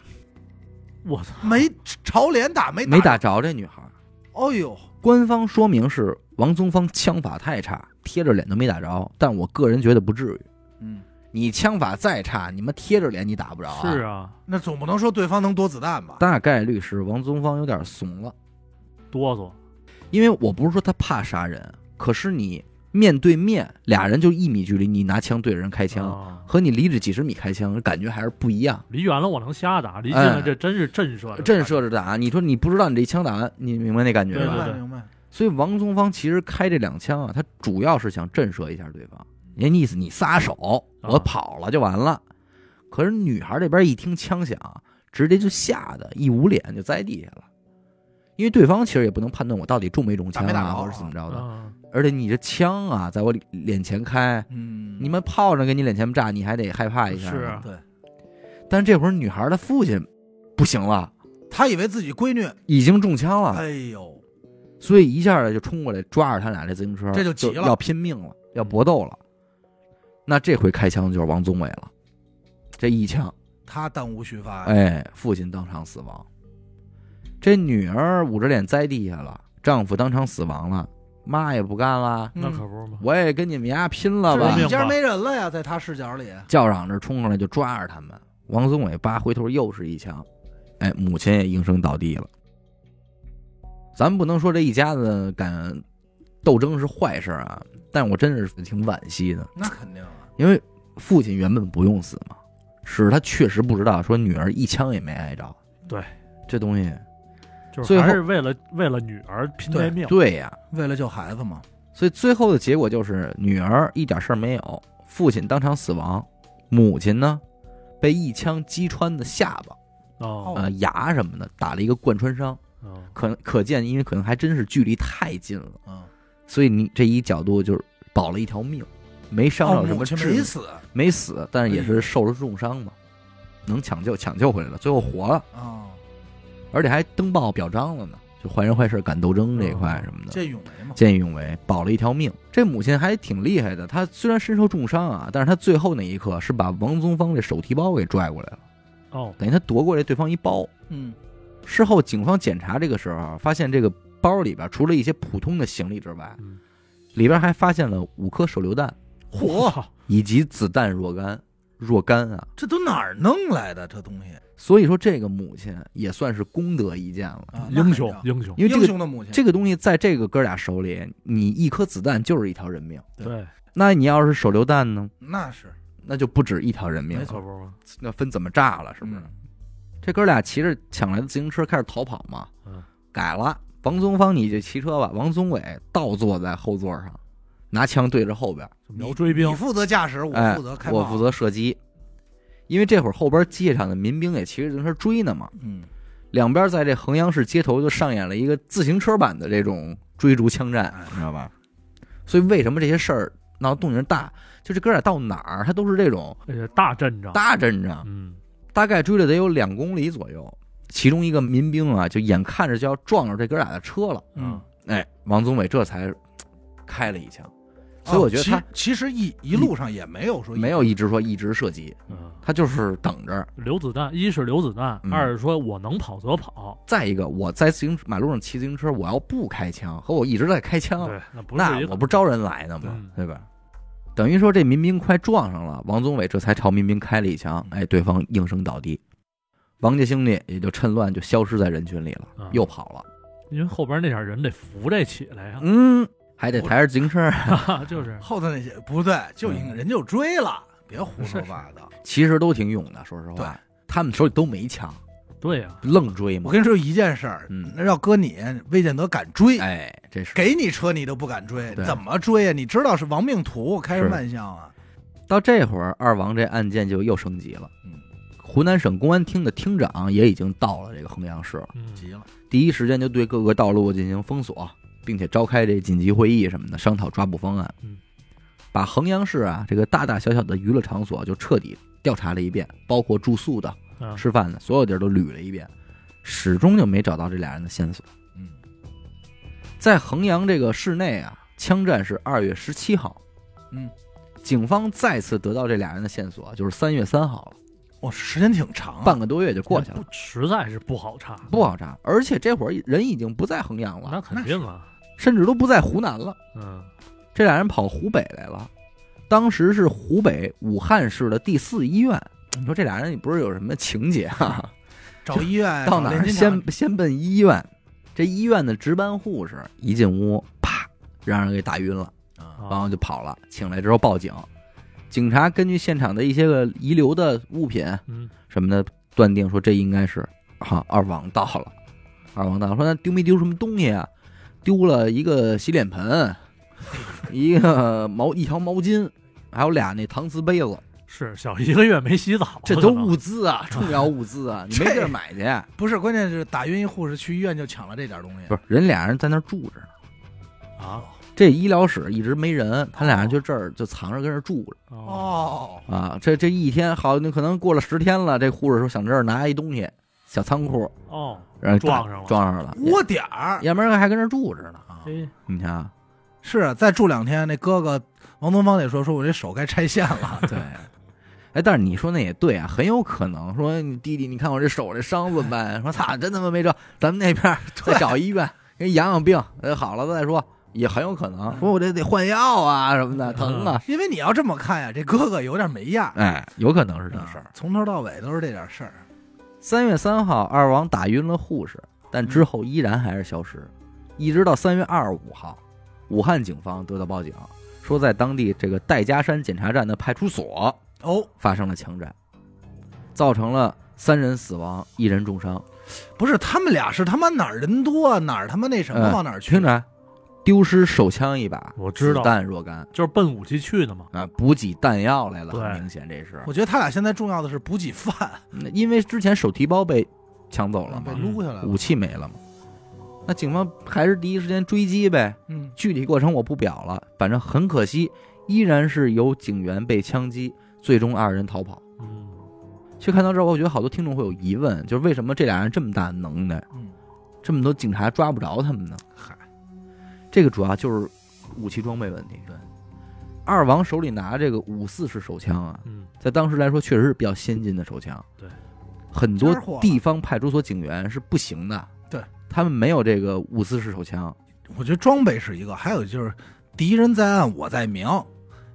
我操，
没朝脸打，没
没打，着这女孩。
哎呦，
官方说明是王宗芳枪法太差，贴着脸都没打着。但我个人觉得不至于，
嗯，
你枪法再差，你们贴着脸你打不着啊。
是啊，
那总不能说对方能躲子弹吧？
大概率是王宗芳有点怂了，
哆嗦，
因为我不是说他怕杀人，可是你面对面，俩人就一米距离，你拿枪对着人开枪，
啊
和你离着几十米开枪，感觉还是不一样。
离远了我能瞎打，离近了这真是震慑的
哎震慑着打，你说你不知道你这一枪打完，你明白那感觉
对
吧？
明
对
白
对
明白。嗯
所以王宗芳其实开这两枪啊，他主要是想震慑一下对方，
嗯
人家意思你撒手，
啊
我跑了就完了。可是女孩这边一听枪响，直接就吓得一捂脸就栽地下了，因为对方其实也不能判断我到底中没中枪
打没打
啊，
着啊
或者是怎么着的。
啊
而且你这枪啊，在我脸脸前开，
嗯，
你们炮仗给你脸前炸，你还得害怕一下。
是啊
对
但这会儿女孩的父亲不行了，
他以为自己闺女，
已经中枪了。
哎呦，
所以一下儿就冲过来抓着他俩这自行车，
这
就
就急了
要拼命了，要搏斗了。那这回开枪就是王宗伟了，这一枪，
他弹无虚发呀，
哎，父亲当场死亡，这女儿捂着脸栽地下了，丈夫当场死亡了，妈也不干了，
嗯
那可不嘛，
我也跟你们家拼了
是
吧
致！
你
命
家没人了呀，在他视角里，
叫嚷着冲上来就抓着他们，王宗伟叭回头又是一枪，哎，母亲也应声倒地了。咱不能说这一家子敢斗争是坏事儿啊，但我真是挺惋惜的，
那肯定啊，
因为父亲原本不用死嘛，是他确实不知道说女儿一枪也没挨着。
对，
这东西，
就是
最后
还是为了为了女儿拼这命，
对呀、
为了救孩子嘛，
所以最后的结果就是女儿一点事儿没有，父亲当场死亡，母亲呢被一枪击穿的下巴。
哦
呃牙什么的打了一个贯穿伤，
哦
可可见，因为可能还真是距离太近了，
嗯，
所以你这一角度就是保了一条命，没伤
哦
着什
母
么
亲
致
没
命，
死
没死，但是
哎
也是受了重伤嘛，能抢救抢救回来了，最后活了，
啊，
而且还登报表彰了呢，就坏人坏事敢斗争这一块什么的，
见义勇为嘛，
见义勇为保了一条命。这母亲还挺厉害的，她虽然身受重伤啊，但是她最后那一刻是把王宗芳这手提包给拽过来了，
哦，
等于她夺过来对方一包。
嗯，
事后警方检查这个时候，啊发现这个包里边除了一些普通的行李之外，
嗯
里边还发现了五颗手榴弹
嚯，
操
[laughs] 以及子弹若干若干啊！
这都哪儿弄来的这东西
所以说，这个母亲也算是功德一件了，
啊？那
英雄
肯定
英雄，
因为这
英
个
雄的母亲，
这个东西在这个哥俩手里，你一颗子弹就是一条人命。
对，
那你要是手榴弹呢，
那是
那就不止一条人命
没
了，
可不嘛，
那分怎么炸了，是不是？
嗯
这哥俩骑着抢来的自行车开始逃跑嘛，
嗯，
改了。王宗芳你就骑车吧，王宗伟倒坐在后座上，拿枪对着后边，
就瞄追兵
你负责驾驶，我
哎
负责开，
我负，责射击。因为这会儿后边街上的民兵也骑着自行车追呢嘛，
嗯，
两边在这衡阳市街头就上演了一个自行车版的这种追逐枪战，
哎
你知道吧？所以为什么这些事儿闹动静大，就这哥俩到哪儿，他都是这种
那是哎大阵仗，
大阵仗，
嗯，
大概追了得有两公里左右，其中一个民兵啊，就眼看着就要撞着这哥俩的车了。
嗯，
哎，王宗伟这才嘖开了一枪，所以我觉得
哦其
他嗯
其实一一路上也没有说
没有一直说一直射击，
嗯，
他就是等着。
留子弹，一是留子弹，
嗯
二是说我能跑则跑，
再一个，我在自行马路上骑自行车，我要不开枪，和我一直在开枪，
对，那不
嗯
是
那
一个
我不招人来呢吗
嗯？
对吧？等于说这民兵快撞上了，王宗伟这才朝民兵开了一枪，哎，对方应声倒地，王家兄弟也就趁乱就消失在人群里了
嗯
啊，
又跑了。
因为后边那点人得扶这起来呀、
嗯，还得抬着自行车。
[laughs] 就是
后头那些不对，就应
嗯
人就追了，别胡
是
说
是
八道。
其实都挺勇的，说实
对
话，他们手里都没枪，
对呀、
愣追
我
嘛。
跟你说一件事儿，
嗯
那要搁你，魏建德敢追，
哎，这是
给你车你都不敢追，
对
怎么追啊呀、你知道是亡命徒，开什么
是
玩笑啊？
到这会儿，二王这案件就又升级了。
嗯，
湖南省公安厅的厅长也已经到了这个衡阳市了，
嗯，
急了，
第一时间就对各个道路进行封锁，并且召开这紧急会议什么的，商讨抓捕方案。
嗯，
把衡阳市啊这个大大小小的娱乐场所就彻底调查了一遍，包括住宿的、
啊
吃饭的，所有地儿都捋了一遍，始终就没找到这俩人的线索。
嗯，
在衡阳这个市内啊，枪战是二月十七号。
嗯，
警方再次得到这俩人的线索，就是三月三号了，
我、时间挺长、啊，
半个多月就过去了，
不，实在是不好查，
不好查。而且这会儿人已经不在衡阳
嗯
了，
那肯定啊，
甚至都不在湖南了。
嗯，
这俩人跑湖北来了，当时是湖北武汉市的第四医院。你说这俩人也不是有什么情节啊？
找医院
[laughs] 到哪
找
儿
炼金厂
先先奔医院，这医院的值班护士一进屋，啪，让人给打晕了。
啊，
啊
然后就跑了。请来之后报警，警察根据现场的一些个遗留的物品
嗯
什么的，断定说这应该是哈、二王到了。二王到了说那丢没丢什么东西啊？丢了一个洗脸盆， [laughs] 一个毛一条毛巾，还有俩那搪瓷杯子，
是小一个月没洗澡，
这都
可能
物资啊，重要物资
[laughs]
啊，你没地儿买去。
不是，关键是打晕一护士去医院就抢了这点东西
不，是，人俩人在那儿住着呢，
啊
这医疗室一直没人，他俩人就这儿就藏着跟这儿住着
哦
哦，
啊。这这一天好，你可能过了十天了，这护士说想这儿拿一东西，小仓库，
哦，
然后
撞上了
撞上了，
窝点儿
要不然还跟这儿住着呢。
啊，
哎
你
[laughs]
看啊，
是再住两天，那哥哥王东方得说，说我这手该拆线了，
对。哎，但是你说那也对啊，很有可能说你弟弟，你看我这手这伤怎么办？啊说操，真他妈没辙，咱们那边
[laughs]
儿再找医院给你养养病，呃，好了再说，也很有可能。说我这得换药啊什么的，疼啊，
因为你要这么看呀，这哥哥有点没样
嗯
儿，
哎，有可能是这
啊
事儿。
从头到尾都是这点事儿，
三月三号，二王打晕了护士，但之后依然还是消失，一直到三月二十五号，武汉警方得到报警，说在当地这个戴家山检察站的派出所
哦，
发生了枪战，造成了三人死亡，一人重伤。
不是，他们俩是他妈哪儿人多啊哪儿他妈那什么
嗯
往哪儿去
听着，丢失手枪一把，
我知道
子弹若干
就是奔武器去的嘛，
啊，补给弹药来了，
对
很明显这是，
我觉得他俩现在重要的是补给饭，
嗯因为之前手提包被抢走了
被
嘛，
撸下来了
武。器没了嘛，那警方还是第一时间追击呗。
嗯，
具体过程我不表了，反正很可惜，依然是有警员被枪击，最终二人逃跑。
嗯
其实看到这儿，我觉得好多听众会有疑问，就是为什么这俩人这么大能耐，
嗯，
这么多警察抓不着他们呢？
嗨，
这个主要就是武器装备问题。对，二王手里拿这个五四式手枪啊，
嗯
在当时来说确实是比较先进的手枪。
对，
很多
真是火了
地方派出所警员是不行的。
对，
他们没有这个五四式手枪。
我觉得装备是一个，还有就是敌人在暗，我在明，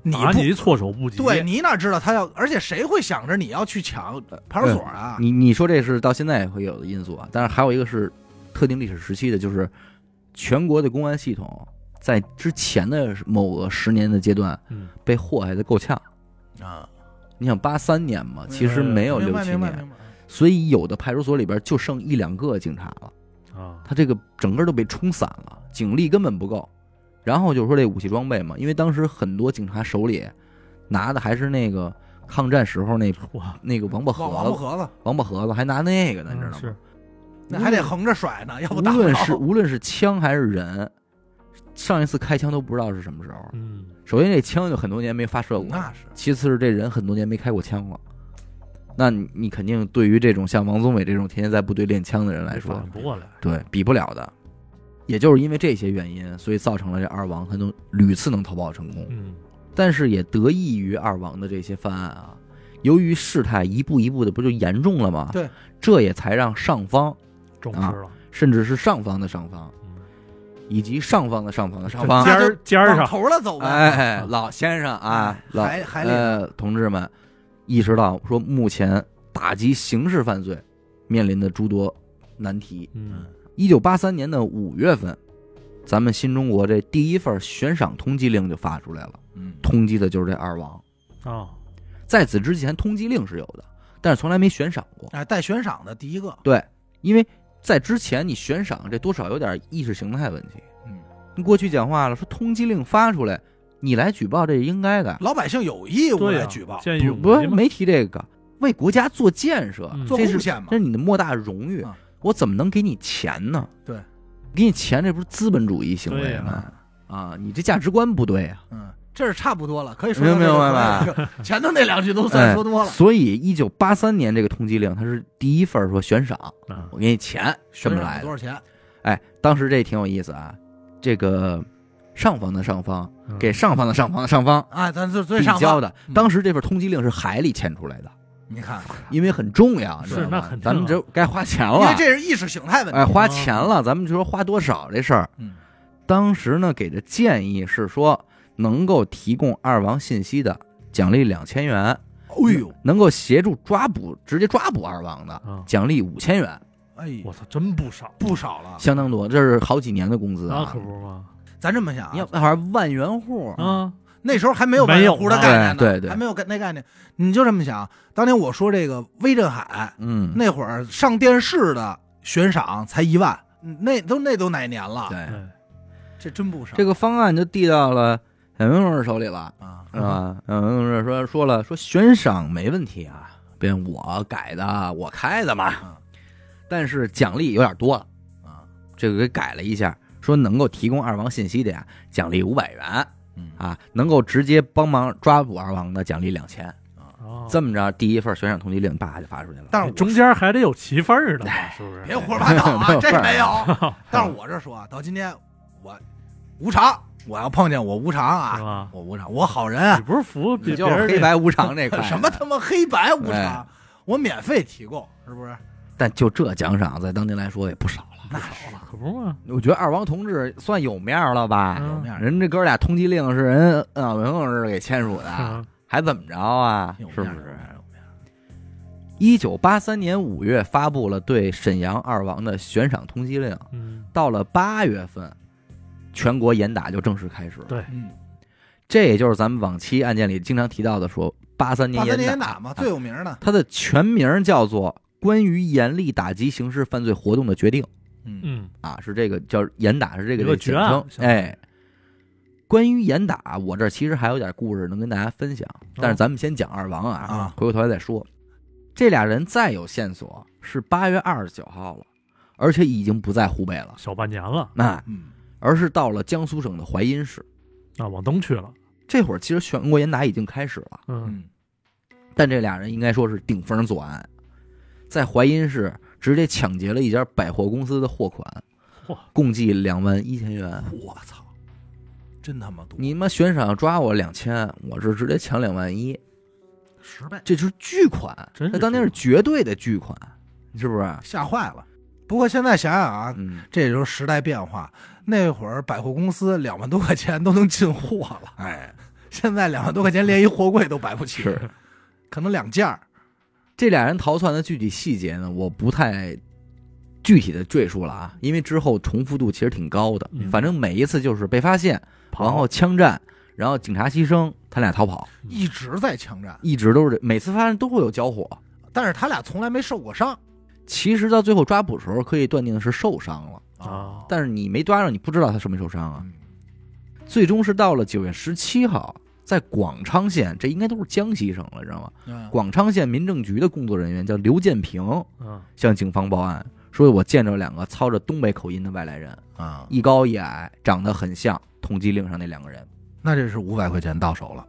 你
打
不
你措手不及，
对你哪知道他要？而且谁会想着你要去抢
呃
派出所啊？
你你说这是到现在也会有的因素啊，但是还有一个是特定历史时期的，就是全国的公安系统在之前的某个十年的阶段
嗯
被祸害的够呛。
啊，
你想八三年嘛，其实没有
明
六
白
七
明白
年，
明白。
所以有的派出所里边就剩一两个警察了，
啊
他这个整个都被冲散了，警力根本不够。然后就是说这武器装备嘛，因为当时很多警察手里拿的还是那个抗战时候那
哇
那个王八
往王八
盒子，
盒子，
王八盒子还拿那个呢，你知道吗？
嗯是
那还得横着甩呢，要不
无
打不
嗯论是
着。
无论是枪还是人，上一次开枪都不知道是什么时候。
嗯
首先这枪就很多年没发射过，
那是
其次是这人很多年没开过枪了。那你你肯定对于这种像王宗伟这种天天在部队练枪的人来说
反，应不过来，
对比不了的。也就是因为这些原因，所以造成了这二王他能屡次能逃跑成功。
嗯
但是也得益于二王的这些犯案啊，由于事态一步一步的不就严重了吗？
对，
这也才让上方，
重视了，
甚至是上方的上方，
嗯
以及上方的上方的上
这
方，
尖儿尖儿
往
上
头了走呗。哎
哎，老先生啊，老
还还得
呃同志们，意识到说目前打击刑事犯罪面临的诸多难题。
嗯
一九八三年的五月份，咱们新中国这第一份悬赏通缉令就发出来了，
嗯
通缉的就是这二王。
啊
在此之前，通缉令是有的，但是从来没悬赏过。
哎带悬赏的第一个，
对，因为在之前你悬赏这多少有点意识形态问题。
嗯，
你过去讲话了，说通缉令发出来，你来举报这是应该的。
老百姓有义务
对
来
啊
举报，
见义
不
勇
不
为
是
嘛
没提这个，为国家做建设，
嗯
做
这是
贡献嘛
这。是你的莫大荣誉
啊。
我怎么能给你钱呢？
对，
给你钱这不是资本主义行为
对
吗？啊，你这价值观不对啊！
嗯，这是差不多了，可以说
明白
到这
明白
儿了前头那两句都算说多了
哎。所以，一九八三年这个通缉令，它是第一份儿说悬赏，
啊
我给你钱，这么
悬赏
来
多
的。
少钱？
哎，当时这挺有意思啊，这个上方的上方
嗯
给上方的上方的上方
哎，咱最最
递
上
交
方，
的，
嗯
当时这份通缉令是海里签出来的，
你看，
因为很重要，你
是
知道
那
吗
肯定
咱们
啊
这该花钱了，
因为这是意识形态问题。
哎，花钱了，咱们就说花多少这事儿。
嗯，
当时呢，给的建议是说，能够提供二王信息的，奖励两千元；
哎呦，
能够协助抓捕，直接抓捕二王的，
啊，
奖励五千元，
哎呦
我，操，真不少
不少了。
相当多，这是好几年的工资
那
啊
可！不嘛，
咱这么想
你
啊
要，好像万元户，
啊，
那时候还没有
没
万元
有
户的
呢
概念呢，
对对对
还没有那概念。你就这么想，当年我说这个威震海
嗯，
那会儿上电视的悬赏才一万，嗯那都那都哪年了？
对，
对
这真不少。
这个方案就递到了小明同志手里了，
啊，
是吧？小明同志说说了，说悬赏没问题啊，变我改的，我开的嘛
嗯，
但是奖励有点多了，
啊，
这个给改了一下，说能够提供二王信息的呀，奖励五百元。
嗯
啊，能够直接帮忙抓捕二王的奖励两千，
哦
这么着，第一份悬赏通缉令叭就发出去了。
但是我
中间还得有其份儿的嘛，是不是？
别胡说八道
没
啊，
有
这
份儿
没有。但是我这说啊，到今天我无偿，我要碰见我无偿
是
啊，
吧？
我无偿，我好人，啊
你不是服
你
别别
就是
人
黑白无常 [laughs] 这块
什么他妈黑白无
哎
偿，我免费提供，是不是？
但就这奖赏，在当年来说也不少啊了。
那
少了，可不嘛？
我觉得二王同志算有面儿了吧？
嗯
有面儿，
啊人这哥俩通缉令是人啊，文同志给签署的，
啊
还怎么着啊？
有面
是
儿
不
有
是
面？儿有面儿
一九八三年五月发布了对沈阳二王的悬赏通缉令，
嗯，
到了八月份，全国严打就正式开始了。
嗯，
这也就是咱们往期案件里经常提到的说八三
八
年
三
严
年打嘛，最有名儿的，
它的全名叫做《关于严厉打击刑事犯罪活动的决定》。
嗯
嗯，
啊，是这个叫严打，是这个
有个
简
决案
称。
相当于
哎，关于严打，我这儿其实还有点故事能跟大家分享，但
哦
是咱们先讲二王啊，
啊
回过头来再说。这俩人再有线索是八月二十九号了，而且已经不在湖北了，
小半年了
那、
嗯，
而是到了江苏省的淮阴市。
啊，往东去了，
这会儿其实全国严打已经开始了，
嗯，
嗯，
但这俩人应该说是顶风作案，在淮阴市直接抢劫了一家百货公司的货款
嚯，
共计两万一千元。
我操，真他妈多，
你妈悬赏抓我两千，我是直接抢两万一，
十倍
这就是巨款，
真是
那当年是绝对的巨款，是不是？
吓坏了。不过现在想想啊，
嗯，
这也就是时代变化。那会儿百货公司两万多块钱都能进货了，
哎，
现在两万多块钱连一货柜都摆不起，
是
可能两件儿。
这俩人逃窜的具体细节呢，我不太具体的赘述了啊，因为之后重复度其实挺高的，
嗯
反正每一次就是被发现，然后枪战，然后警察牺牲，他俩逃跑，
嗯
一直在枪战，
一直都是这，每次发现都会有交火。
但是他俩从来没受过伤
其实到最后抓捕时候，可以断定是受伤了，
啊，
但是你没抓着，你不知道他受没受伤啊。
嗯
最终是到了九月十七号，在广昌县，这应该都是江西省了，知道吗？
嗯
广昌县民政局的工作人员叫刘建平，
嗯，
向警方报案说，我见着两个操着东北口音的外来人，
啊，
一高一矮，长得很像通缉令上那两个人。
那这是五百块钱到手了。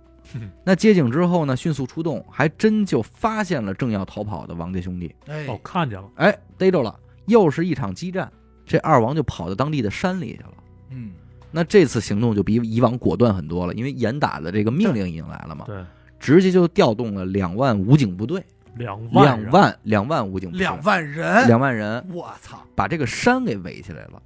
那接警之后呢，迅速出动，还真就发现了正要逃跑的王家兄弟，
哎
哦，看见了，
哎，逮着了，又是一场激战，这二王就跑到当地的山里去了。
嗯，
那这次行动就比以往果断很多了，因为严打的这个命令已经来了嘛。
对，
直接就调动了两万武警部队，
两万
两
人
万两万武警部队，
两万人，
两万人
我操，
把这个山给围起来了，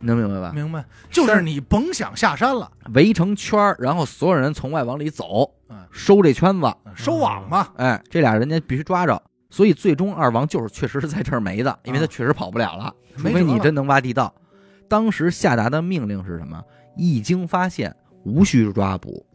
能明白吧？
明白？啊就是你甭想下山了，
围成圈儿，然后所有人从外往里走
嗯，
收这圈子。
收网嘛。
哎，这俩人家必须抓着，所以最终二王就是确实是在这儿没的，因为他
啊
确实跑不了了，除
没辙
非你
了
真能挖地道。当时下达的命令是什么？一经发现，无需抓捕，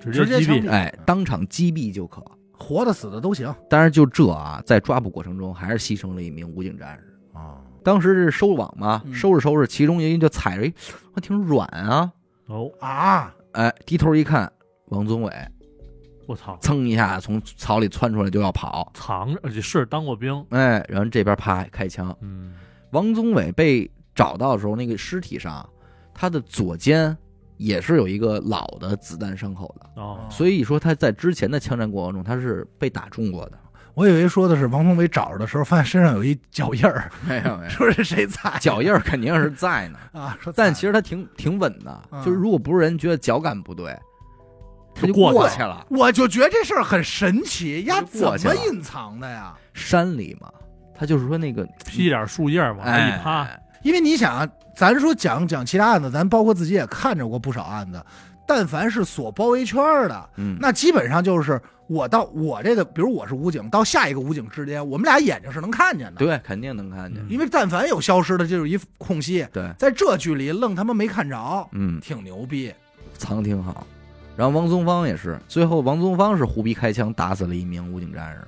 直
直接
接击
枪
毙
毙，
哎
嗯，
当场击毙就可。
活的死的都行
当然，就这啊，在抓捕过程中还是牺牲了一名武警战士。
啊。
当时是收网嘛，
嗯
收拾收拾，其中一人就踩着一，还挺软啊，
哦，
啊，
哎，低头一看，王宗伟
我操，
噌一下从草里窜出来就要跑，
藏着，而且是当过兵，
哎，然后这边啪开枪，
嗯，
王宗伟被找到的时候，那个尸体上他的左肩也是有一个老的子弹伤口的，
哦，
所以说他在之前的枪战过程中他是被打中过的，
我以为说的是王宗伟找着的时候，发现身上有一脚印儿，
没有没有，
说是谁踩
哎 [laughs] 脚印儿肯定是在呢。
啊？说
但其实他挺挺稳的，
嗯
就是如果不是人觉得脚感不对，他就
就过去
过
了
去了。
我就觉得这事儿很神奇，呀，怎
过去了
么隐藏的呀？
山里嘛，他就是说那个
披点树叶往那一趴，
哎
因为你想啊，咱说讲讲其他案子，咱包括自己也看着过不少案子，但凡是锁包围圈儿的，
嗯，
那基本上就是我到我这个，比如我是武警，到下一个武警之间，我们俩眼睛是能看见的。，
对，肯定能看见。
嗯
因为但凡有消失的，就是一空隙，
对，
在这距离愣他妈没看着，
嗯，
挺牛逼。
藏挺好。然后王宗芳也是，最后王宗芳是胡逼开枪打死了一名武警战士，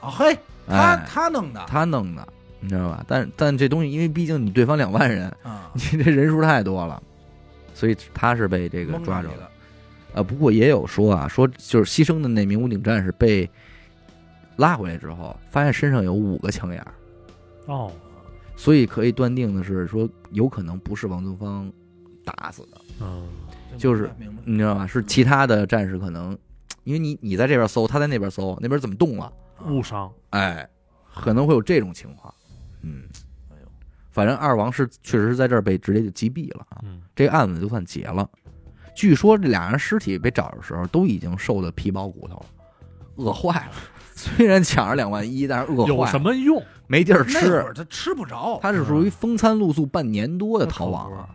啊嘿，他
哎，
他弄的
他弄的，你知道吧？但但这东西，因为毕竟你对方两万人， [laughs]
啊，
你这人数太多了，所以他是被这个
蒙
抓
着
住
你
了。
了。
呃，不过也有说啊，说就是牺牲的那名武警战士被拉回来之后，发现身上有五个枪眼儿，
哦，
所以可以断定的是，说有可能不是王宗芳打死的，
嗯，
就是嗯
明白
你知道吧？是其他的战士可能，因为你你在这边搜，他在那边搜，那边怎么动了？
误伤，
哎，可能会有这种情况。嗯，
哎呦
反正二王是确实是在这儿被直接就击毙了啊，
嗯，
这个案子就算结了。据说这俩人尸体被找的时候都已经瘦的皮包骨头了，饿坏了。 [laughs] 虽然抢着两万一，但是饿
有
坏
什
了，
么用？
没地儿
那会
吃
儿。他吃不着，
他是属于风餐露宿半年多的逃亡啊，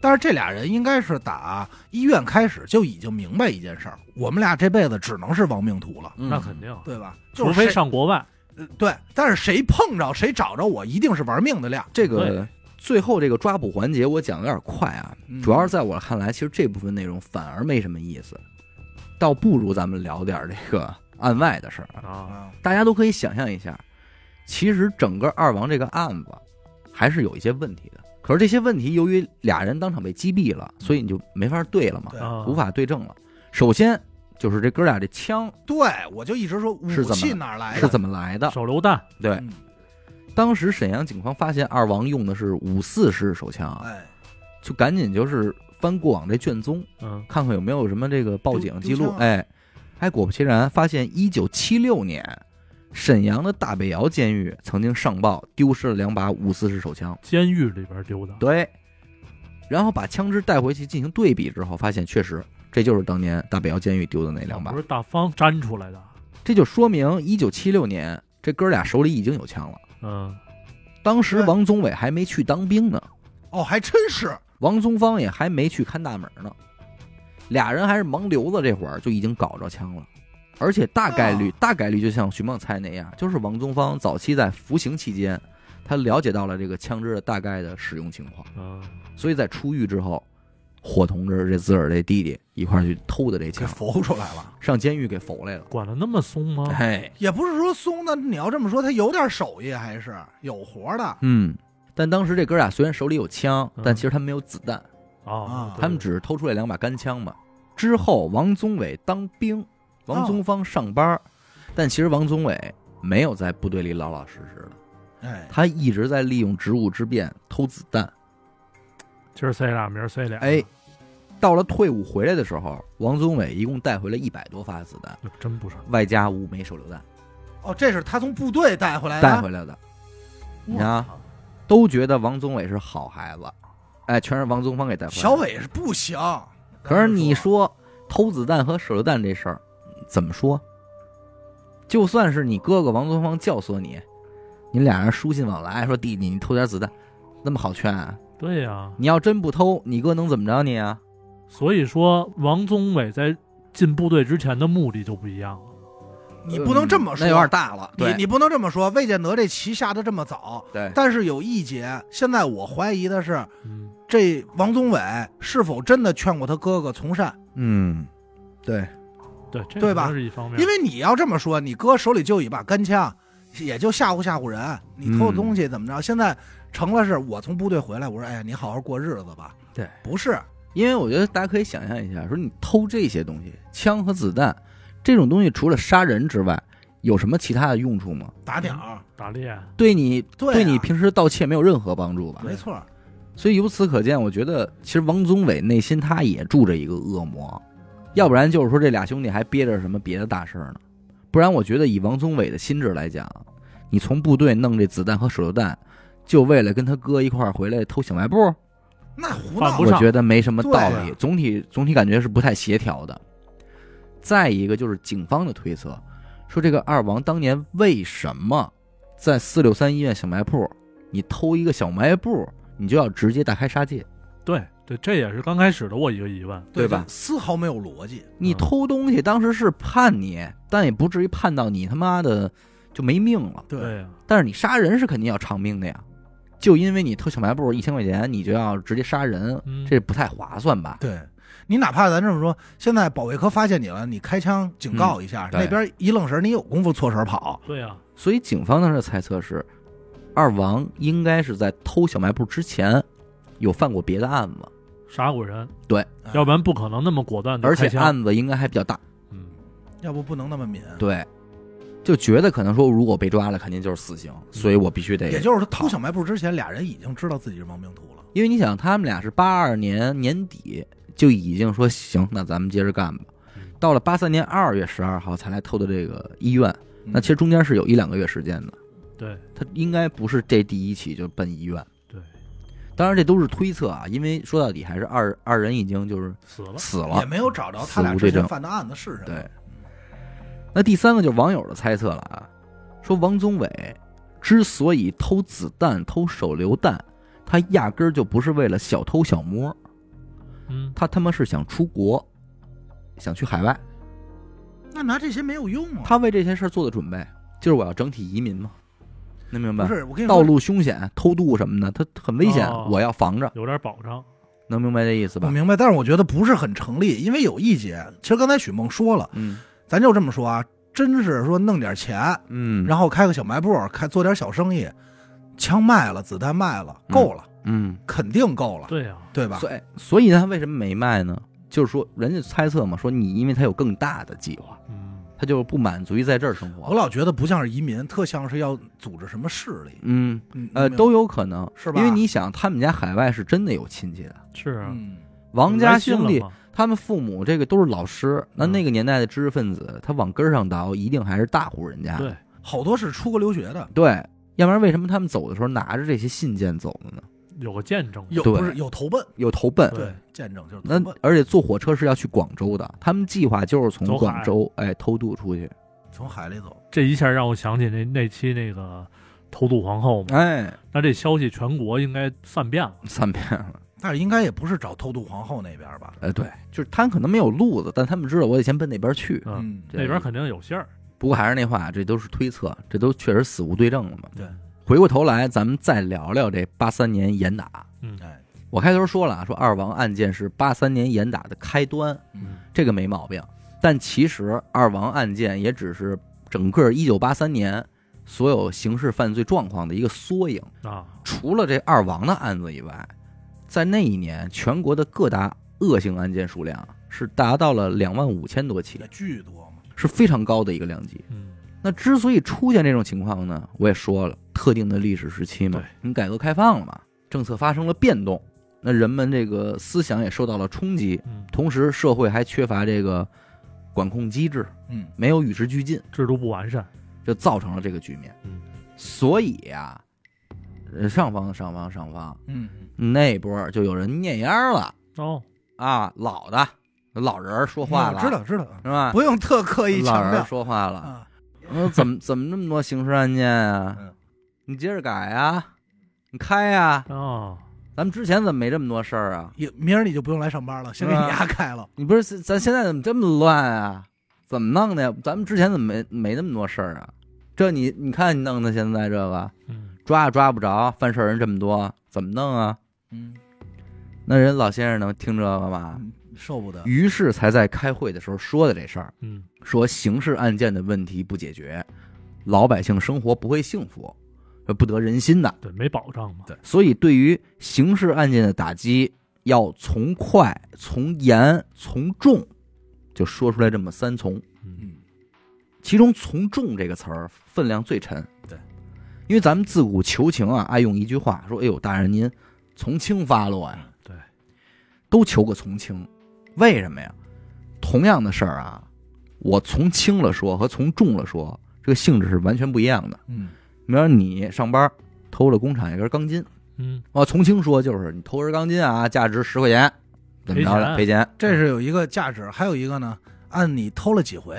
但是这俩人应该是打医院开始就已经明白一件事儿，我们俩这辈子只能是亡命徒了，
嗯
那肯定，
对吧？就是
除非
谁
上国外，
呃对，但是谁碰着谁找着我，一定是玩命的料。
这个最后这个抓捕环节我讲的有点快啊，
嗯
主要是在我看来，其实这部分内容反而没什么意思，倒不如咱们聊点儿这个案外的事儿啊。
啊，
啊，
大家都可以想象一下，其实整个二王这个案子还是有一些问题的。可是这些问题由于俩人当场被击毙了，所以你就没法对了嘛，
对
啊
无法对证了。首先就是这哥俩这枪
对我就一直说武
是怎么
器哪儿来的？
是怎么来的？
手榴弹，
对，
嗯
当时沈阳警方发现二王用的是五四式手枪啊，
哎，
就赶紧就是翻过往这卷宗，
嗯，
看看有没有什么这个报警
丢
记录
丢。枪
哎，还果不其然，发现一九七六年沈阳的大北窑监狱曾经上报丢失了两把五四式手枪，
监狱里边丢的，
对，然后把枪支带回去进行对比之后，发现确实这就是当年大北窑监狱丢的那两把
哦不，是大方粘出来的，
这就说明一九七六年这哥俩手里已经有枪了。
嗯，
当时
对
王宗伟还没去当兵呢，
哦，还真是
王宗芳也还没去看大门呢，俩人还是盲流子，这会儿就已经搞着枪了。而且大概率，大概率就像徐梦猜那样，就是王宗芳早期在服刑期间，他了解到了这个枪支的大概的使用情况，
嗯，
所以在出狱之后，伙同着这自个儿这弟弟一块儿去偷的这
给
枪，
浮出来了。
上监狱给俘来了。
管的那么松吗？
哎，
也不是说松的，你要这么说，他有点手艺，还是有活的。
嗯，但当时这哥俩虽然手里有枪，但
嗯
其实他们没有子弹，
啊
啊，
对
他们只是偷出来两把干枪嘛。之后王宗伟当兵，王
哦
宗芳上班，但其实王宗伟没有在部队里老老实实的，
哎，
他一直在利用职务之便偷子弹。
今儿塞俩，明儿塞俩，
哎，到了退伍回来的时候，王宗伟一共带回来一百多发子弹，
那嗯真不是，
外加五枚手榴弹
哦，这是他从部队带回来的。
带回来的，你看啊
哇，
都觉得王宗伟是好孩子，哎，全是王宗芳给带回来的。
小，伟是不行。
可是你
说。
说偷子弹和手榴弹这事儿，怎么说？就算是你哥哥王宗芳教唆你，你俩人书信往来，说弟弟你偷点子弹，那么好劝、啊？
对呀、
你要真不偷，你哥能怎么着你啊？
所以说王宗伟在进部队之前的目的就不一样了，
你不能这么说，
那有点大了。
你
对，
你不能这么说。魏建德这棋下的这么早，
对，
但是有一节，现在我怀疑的是，
嗯，
这王宗伟是否真的劝过他哥哥从善？
嗯，对，
对，这
对吧
肯定是一方面，
因为你要这么说，你哥手里就有一把干枪，也就吓唬吓唬人。你偷
嗯
东西怎么着？现在成了是我从部队回来，我说哎呀，你好好过日子吧。
对，
不是
因为我觉得大家可以想象一下，说你偷这些东西，枪和子弹这种东西，除了杀人之外，有什么其他的用处吗？
打鸟，
打猎，
对你
对啊
对你平时盗窃没有任何帮助吧？
没错儿。
所以由此可见，我觉得其实王宗伟内心他也住着一个恶魔，要不然就是说这俩兄弟还憋着什么别的大事儿呢。不然，我觉得以王宗伟的心智来讲，你从部队弄这子弹和手榴弹，就为了跟他哥一块儿回来偷小卖部，
那胡
犯
闹
不
我
上啊
觉得没什么道理
对。
总体总体感觉是不太协调的。再一个就是警方的推测，说这个二王当年为什么在四六三医院小卖部，你偷一个小卖部，你就要直接大开杀戒？
对，对，这也是刚开始的我一个疑问。
对吧
就丝毫没有逻辑，
你偷东西当时是判你，但也不至于判到你他妈的就没命了。
对
对啊呀，
但是你杀人是肯定要偿命的呀，就因为你偷小卖部一千块钱，你就要直接杀人，
嗯，
这不太划算吧？
对你哪怕咱这么说，现在保卫科发现你了，你开枪警告一下，
对
那边一愣神儿，你有功夫错身跑。
对啊呀，
所以警方当时的猜测是，二王应该是在偷小卖部之前有犯过别的案子，
杀过人，
哎
要不然不可能那么果断的
而且
嗯开枪。
案子应该还比较大。
嗯，
要不不能那么敏。
对，就觉得可能说，如果被抓了，肯定就是死刑，所以我必须得。
也就是他偷小卖部之前，俩人已经知道自己是亡命徒了。
因为你想，他们俩是八二年年底就已经说行，那咱们接着干吧
嗯。
到了八三年二月十二号才来偷的这个医院，
嗯
那其实中间是有一两个月时间的。
对
他应该不是这第一起就奔医院，
对，
当然这都是推测啊，因为说到底还是二二人已经就是
死了。
死
也
了。
没有找着他俩
死无对
之
证
前犯的案子是什么。
对，那第三个就是网友的猜测了啊，说王宗伟之所以偷子弹、偷手榴弹，他压根儿就不是为了小偷小摸，
嗯，
他他妈是想出国，想去海外，
那拿这些没有用啊。
他为这些事儿做的准备，就是我要整体移民嘛，能明白
不？是我跟你
道
说，
路凶险，偷渡什么的，他很危险，
哦
我要防着，
有点保障。
能明白这意思
我
吧？
明白，但是我觉得不是很成立，因为有一节，其实刚才许梦说了，
嗯
咱就这么说啊，真是说弄点钱，
嗯，
然后开个小卖部，开做点小生意，枪卖了，子弹卖了，够了，
嗯。
肯定够了，
对啊呀，
对吧？
所以，所以他为什么没卖呢？就是说，人家猜测嘛，说你因为他有更大的计划，
嗯，
他就不满足于在这儿生
我
活。
老觉得不像是移民，特像是要组织什么势力，
嗯，
嗯
呃，
你明白
都有可能，
是吧
因为你想，他们家海外是真的有亲戚的，
是啊，
嗯，
王家兄
来信
弟
了，嘛
他们父母这个都是老师，那
嗯
那个年代的知识分子，他往根儿上倒，一定还是大户人家。
对，
好多是出国留学的，
对，要不然为什么他们走的时候拿着这些信件走的呢？
有个见证。
有
对
不是有投奔，
有投奔，
对，
见证就是
那
投奔，
而且坐火车是要去广州的，他们计划就是从
走海
广州哎偷渡出去，
从海里走，
这一下让我想起那那期那个偷渡皇后嘛。
哎，
那这消息全国应该散遍了。
散遍了。
但是应该也不是找偷渡皇后那边吧？
呃，对，就是他们可能没有路子，但他们知道我得先奔那边去。
嗯，
嗯，
对
那边肯定有信儿。
不过还是那话，这都是推测，这都确实死无对证了嘛。
对，
回过头来，咱们再聊聊这八三年严打。
嗯
哎，
我开头说了啊，说二王案件是八三年严打的开端，
嗯，
这个没毛病。但其实二王案件也只是整个一九八三年所有刑事犯罪状况的一个缩影。
啊，
除了这二王的案子以外，在那一年，全国的各大恶性案件数量是达到了两万五千多起
也，巨多嘛，
是非常高的一个量级。
嗯，
那之所以出现这种情况呢，我也说了，特定的历史时期嘛
对，
你改革开放了嘛，政策发生了变动，那人们这个思想也受到了冲击，
嗯，
同时社会还缺乏这个管控机制，
嗯，
没有与时俱进，
制度不完善，
就造成了这个局面
嗯。
所以呀、呃上方上方上方，
嗯，
那波儿就有人念烟儿了
哦，
啊，老的老人儿说话
我
了，
嗯知道知道，
是吧？
不用特刻意
老
强
人儿
调
说话了，
啊，
嗯，怎么怎么那么多刑事案件啊
嗯？
你接着改啊，你开啊，
哦，
咱们之前怎么没这么多事儿啊？
也明儿你就不用来上班了，先给你牙开了，
你不是咱现在怎么这么乱啊？怎么弄的呀？咱们之前怎么没没那么多事儿啊？这你你看你弄的现在这个
嗯，
抓也抓不着，犯事儿人这么多，怎么弄啊？
嗯，
那人老先生能听这个吗？
受不得，
于是才在开会的时候说的这事儿，
嗯，
说刑事案件的问题不解决，老百姓生活不会幸福，这不得人心的。
对，没保障嘛，
所以，对于刑事案件的打击，要从快、从严、从重，就说出来这么三从。
嗯，
嗯，
其中“从重”这个词儿分量最沉。
对，
因为咱们自古求情啊，爱用一句话说：“哎呦，大人您从轻发落呀。”
对，
都求个从轻，为什么呀？同样的事儿啊，我从轻了说和从重了说，这个性质是完全不一样的。
嗯，
比方说你上班偷了工厂一根钢筋。
嗯，
哦，从轻说就是你偷根钢筋啊，价值十块钱，怎么着了？赔
赔
钱。
这是有一个价值，还有一个呢，按你偷了几回，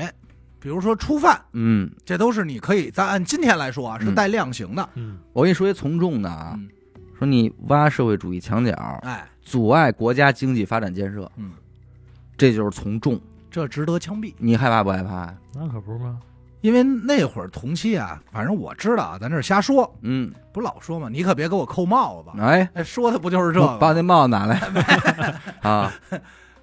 比如说初犯，
嗯，
这都是你可以，咱按今天来说啊，是带量刑的，
嗯，
我跟你说一从重的啊，
嗯，
说你挖社会主义墙角，
哎，
阻碍国家经济发展建设，
嗯，
这就是从众。
这值得枪毙。
你害怕不害怕呀？
那可不是吗？
因为那会儿同期啊，反正我知道啊，咱这是瞎说，
嗯，
不老说嘛，你可别给我扣帽子吧。
哎，
哎，说的不就是这个
把我
吗？
那帽子拿来
[laughs]
啊！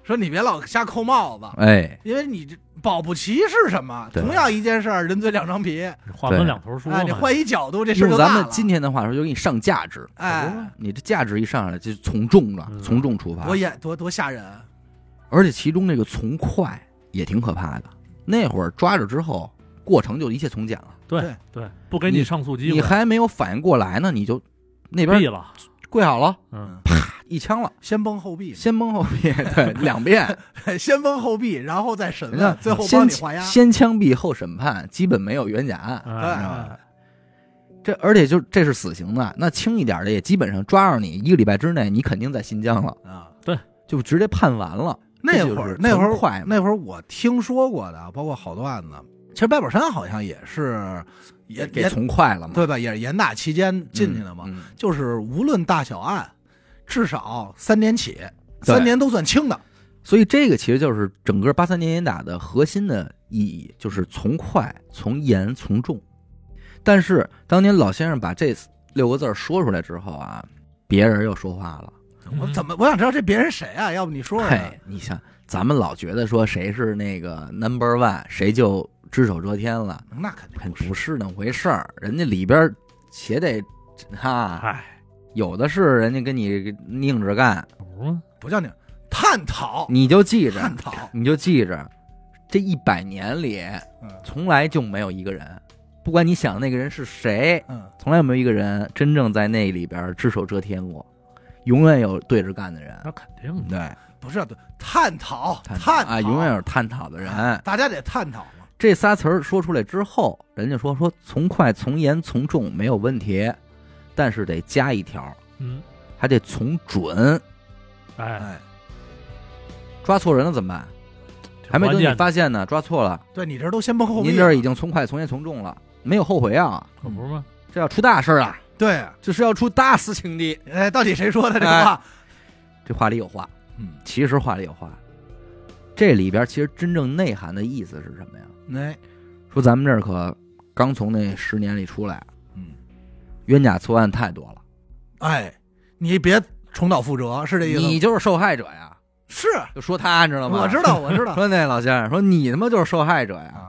说你别老瞎扣帽子，
哎，
因为你这保不齐是什么？
对
同样一件事儿，人嘴两张皮，
话分
对
两头说嘛
哎，你。换一角度，这事儿
用
就
咱
大
们
了。
今天的话说，就给你上价值。
哎，
你这价值一上来就从重了，
嗯
从重出发
多，严多多吓人啊！
而且其中那个从快也挺可怕的。那会儿抓着之后，过程就一切从简了，
对
对
对，不给你
你
上诉机
你
会，
还没有反应过来呢，你就那边
毙了。
跪好了，
嗯，
一枪了，
先崩后毙，
先崩后毙，对，两
[laughs]
遍，
先崩后毙，然后再审
人家
问，最后帮
先
你画押。嗯
先枪毙后审判，基本没有冤假案。
哎，
这而且就这是死刑的，那轻一点的也基本上抓着你一个礼拜之内，你肯定在新疆了，
啊，
就直接判完了。
那
这
会
就是
儿那会
从快
儿
嘛
那会儿我听说过的啊，包括好多案子，其实白宝山好像也是也
给
也
从快了嘛，
对吧？也是严打期间
嗯
进去的嘛，
嗯
就是无论大小案，至少三年起，
对
三年都算轻的。
所以这个其实就是整个八三年严打的核心的意义，就是从快、从严、从重。但是当年老先生把这六个字儿说出来之后啊，别人又说话了。
我怎
么
么我想知道这别人谁啊？要不你说说呢？
嗯嘿，你想，咱们老觉得说谁是那个 number one，谁就只手遮天了，
嗯那肯定
肯
不是
不是那回事儿。人家里边儿且得哈、
哎，
有的是人家跟你拧着干，
可不是吗？
不叫你探讨，
你就记
[laughs]
着，
探
[laughs]
讨，
你就记着，这一百年里
嗯
从来就没有一个人，不管你想的那个人是谁，
嗯，
从来没有一个人真正在那里边只手遮天过，永远有对着干的人，
那肯定的。
对，
不是对探讨，哎
探
嗯探
啊，永远有探讨的人。
大家得探讨嘛。
这仨词儿说出来之后，人家说说从快、从严、从重没有问题，但是得加一条，
嗯，
还得从准。
哎，
哎，
抓错人了怎么办？
挺
还没
关
等你
键的
发现呢，抓错了，
对你这都先崩后毙了，
您这儿已经从快、从严、从重了，没有后悔药，
可不是吗？
这要出大事儿啊！
对，
这是要出大事情的。
哎，到底谁说的这个话？
这话里有话，
嗯，
其实话里有话。这里边其实真正内涵的意思是什么呀？
哎，
说咱们这儿可刚从那十年里出来，
嗯，
冤假错案太多了，
哎，你别重蹈覆辙，是这意思吗？
你就是受害者呀！
是，
就说他，你知道吗？
我知。道，我知
[laughs]
道
说那老先生说你他妈就是受害者呀！
啊，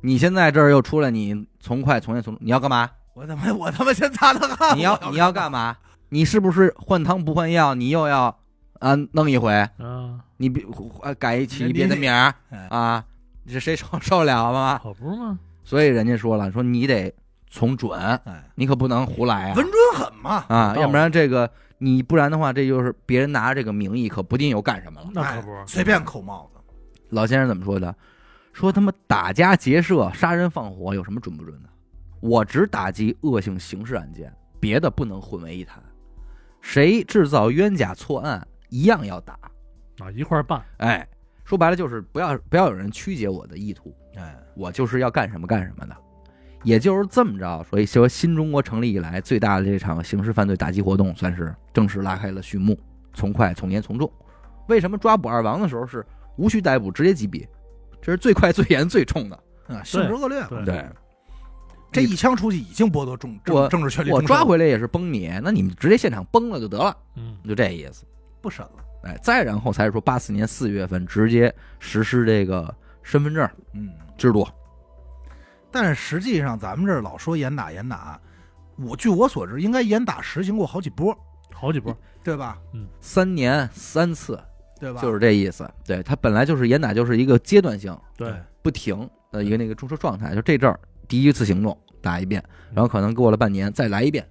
你现在这儿又出来，你从快从严从你要干嘛？
我他妈，我他妈先擦擦汗，
你要
[laughs] 我
你要干嘛？你是不是换汤不换药？你又要啊弄一回？
嗯，
你别呃改一起
你
别的名儿
哎
啊？这谁受受得了吗？
可不是吗？
所以人家说了，说你得从准，
哎，
你可不能胡来啊
稳准狠嘛，
啊，
道
要不然这个你不然的话，这就是别人拿着这个名义，可不定又干什么了。
那
哎
可不是。
随便扣帽子，
老先生怎么说的？说他妈打家劫舍、杀人放火有什么准不准的？我只打击恶性刑事案件，别的不能混为一谈。谁制造冤假错案，一样要打。
啊，一块儿办。
哎，说白了就是不要不要有人曲解我的意图。
哎，
我就是要干什么干什么的。也就是这么着，所以说新中国成立以来最大的这场刑事犯罪打击活动，算是正式拉开了序幕，从快、从严、从重。为什么抓捕二王的时候是无需逮捕，直接击毙？这是最快、最严、最重的。
啊，性质恶劣嘛，
对，
这一枪出去已经剥夺重
我
政政治权利，
我抓回来也是崩你，那你们直接现场崩了就得了，
嗯，
就这意思。
不审了，
哎，再然后才是说八四年四月份直接实施这个身份证
嗯。
制度。
但是实际上，咱们这儿老说严打严打，我据我所知，应该严打实行过好几波，
好几波。
对吧？
三年三次，
对吧？
就是是这意思。对他本来就是严打，就是一个阶段性，
对，
不停的
嗯
一个那个中车状态，就这阵儿第一次行动打一遍，然后可能过了半年再来一遍，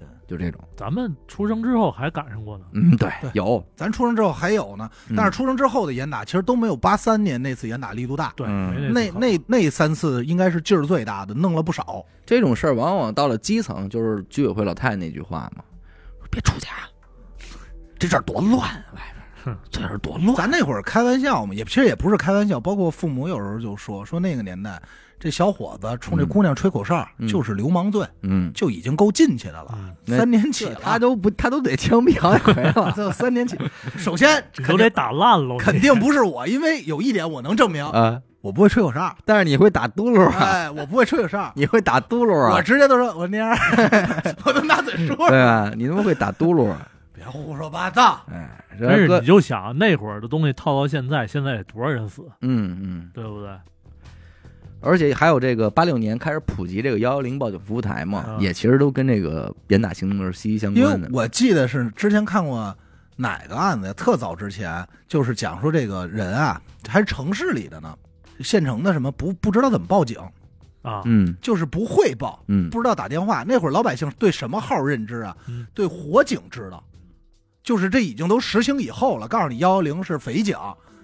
嗯对，
就这种。 [laughs]
咱们出生之后还赶上过呢。
嗯，对
对
有，
咱出生之后还有呢，但
嗯
是出生之后的严打其实都没有八三年那次严打力度大，
对，
嗯
没
那
次好
那那三次应该是劲儿最大的，弄了不少。
这种事儿往往到了基层，就是居委会老太太那句话嘛，别出家，这阵儿多乱啊，外边
哼
儿这阵儿
啊
多乱。
咱那会儿开玩笑嘛，也其实也不是开玩笑，包括父母有时候就说说那个年代这小伙子冲这
嗯
姑娘吹口哨，
嗯
就是流氓罪，
嗯，
就已经够进去的了，
嗯，
那
三年起
这
了
他都不他都得枪毙
[laughs]
好几回了
这三年起， [laughs] 首先
你
肯
都
定
得打烂了，
肯定不是我，因为有一点我能证明，
啊！
我不会吹口哨，
但是你会打嘟噜啊，
哎，我不会吹口哨，
你会打嘟噜
我
啊，
直接都说我蔫儿， [laughs] 我都拿嘴说，
对吧？你他妈会打嘟噜
[laughs]
啊？
哎别胡说八道，
哎，
真是
这哥
你，就想那会儿的东西套到现在，现在得多少人死，
嗯嗯，
对不对？
而且还有这个八六年开始普及这个幺幺零报警服务台嘛，
嗯
也其实都跟这个严打行动是息息相
啊因
关
为
的。
我记得是之前看过哪个案子，特早之前就是讲说这个人啊，还是城市里的呢，县城的什么不不知道怎么报警，
啊，
嗯
就是不会报，
嗯
不知道打电话。那会儿老百姓对什么号认知啊
嗯？
对火警知道，就是这已经都实行以后了。告诉你幺幺零是匪警，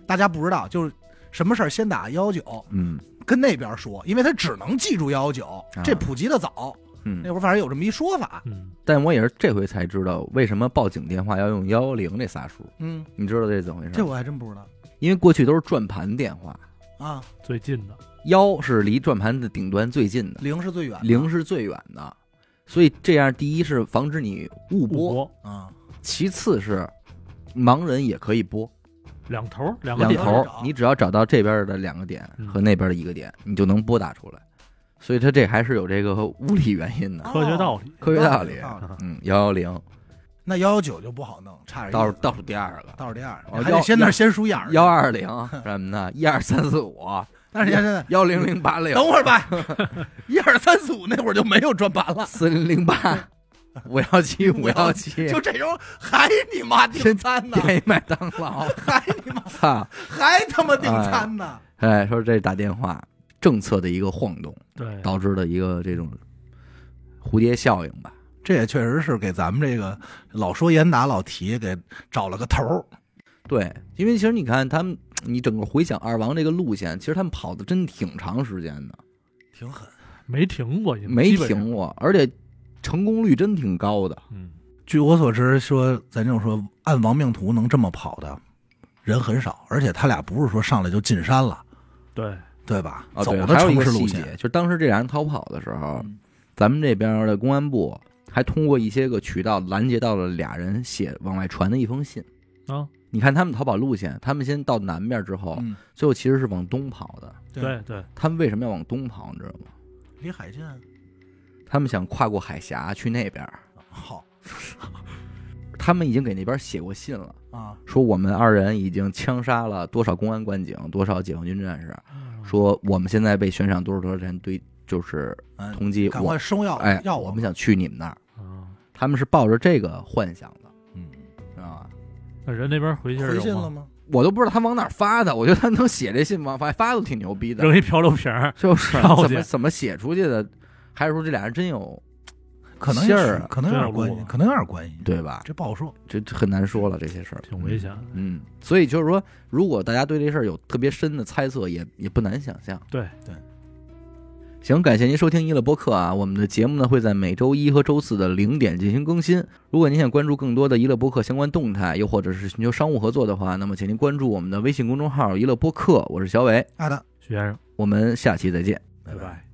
大家不知道，就是什么事儿先打幺幺九，
嗯
跟那边说，因为他只能记住幺幺九，这普及的早。那
啊嗯，
会儿反正有这么一说法，
嗯，
但我也是这回才知道为什么报警电话要用幺幺零这仨数，
嗯，
你知道这怎么回事
这
吗？
我还真不知道
因为过去都是转盘电话，
啊。
嗯最近的，
幺是离转盘的顶端最近的，
零是最远的，
零是最远的，所以这样第一是防止你误
不
拨，
播
啊，
其次是盲人也可以拨
两头儿两个
两
点，
头
两个点，
你只要找到这边的两个点
嗯
和那边的一个点，你就能拨打出来。所以它这还是有这个 [laughs] 物理原因的
啊，
科学道理，
科学道理。
道理
嗯，幺幺零
那幺幺九就不好弄，差点意思
倒数倒数第二个，
倒数第二，
哦
你还得先那
幺
儿先数眼儿去
幺，二零什么的，一二三四五，
但是现在
幺零零八
等
六，
会儿吧， [laughs] 一二三四五那会儿就没有转盘了，
四零零八，五幺七五幺七，
就这时候还你妈订餐呢，
点一麦当劳，
还你妈
操！
还他妈订餐呢，
哎，说这打电话政策的一个晃动
对，
导致的一个这种蝴蝶效应吧。
这也确实是给咱们这个老说严打老提给找了个头儿，
对，因为其实你看他们，你整个回想二王这个路线，其实他们跑的真挺长时间的，
挺狠。
没停过，
没
基本上，
停过，而且成功率真挺高的。
嗯，
据我所知，说咱这种说按亡命徒能这么跑的人很少，而且他俩不是说上来就进山了，
对，
对吧？
啊，
走
对，
的
还有一
城
个
市
细
路
节，
线，
就是当时这俩人逃跑的时候，
嗯
咱们这边的公安部还通过一些个渠道拦截到了俩人写往外传的一封信。
啊，
你看他们逃跑路线，他们先到南边之后，
嗯，
最后其实是往东跑的。
对对，
他们为什么要往东跑？你知道吗？
离海近啊
他们想跨过海峡去那边儿。
好
他们已经给那边写过信了，
啊，
说我们二人已经枪杀了多少公安官警，多少解放军战士，
嗯
说我们现在被悬赏多少多少钱对，就是
嗯，
通缉
赶
我
快。收药，
哎，
药
我
们
们想去你们那儿，
啊，
他们是抱着这个幻想的，
嗯，
知道吧？
那人那边回信儿
回信
有
了
吗？
吗？
我都不知道他往哪儿发的，我觉得他能写这信往发发都挺牛逼的，
扔一漂流瓶儿， [laughs]
就是
然后
怎
去
么怎么写出去的，还是说这俩人真有
可能
信
有
儿啊
可能有点关
真有
系
路，啊
可能有点关系，
对吧？
这不好说。
这这很难说了，这些事儿
挺危险的。
嗯，所以就是说，如果大家对这事儿有特别深的猜测，也也不难想象。
对
对。
行，感谢您收听一乐播客啊！我们的节目呢会在每周一和周四的零点进行更新。如果您想关注更多的一乐播客相关动态，又或者是寻求商务合作的话，那么请您关注我们的微信公众号“一乐播客”，我是小伟，
好的，
徐先生，
我们下期再见。
拜拜。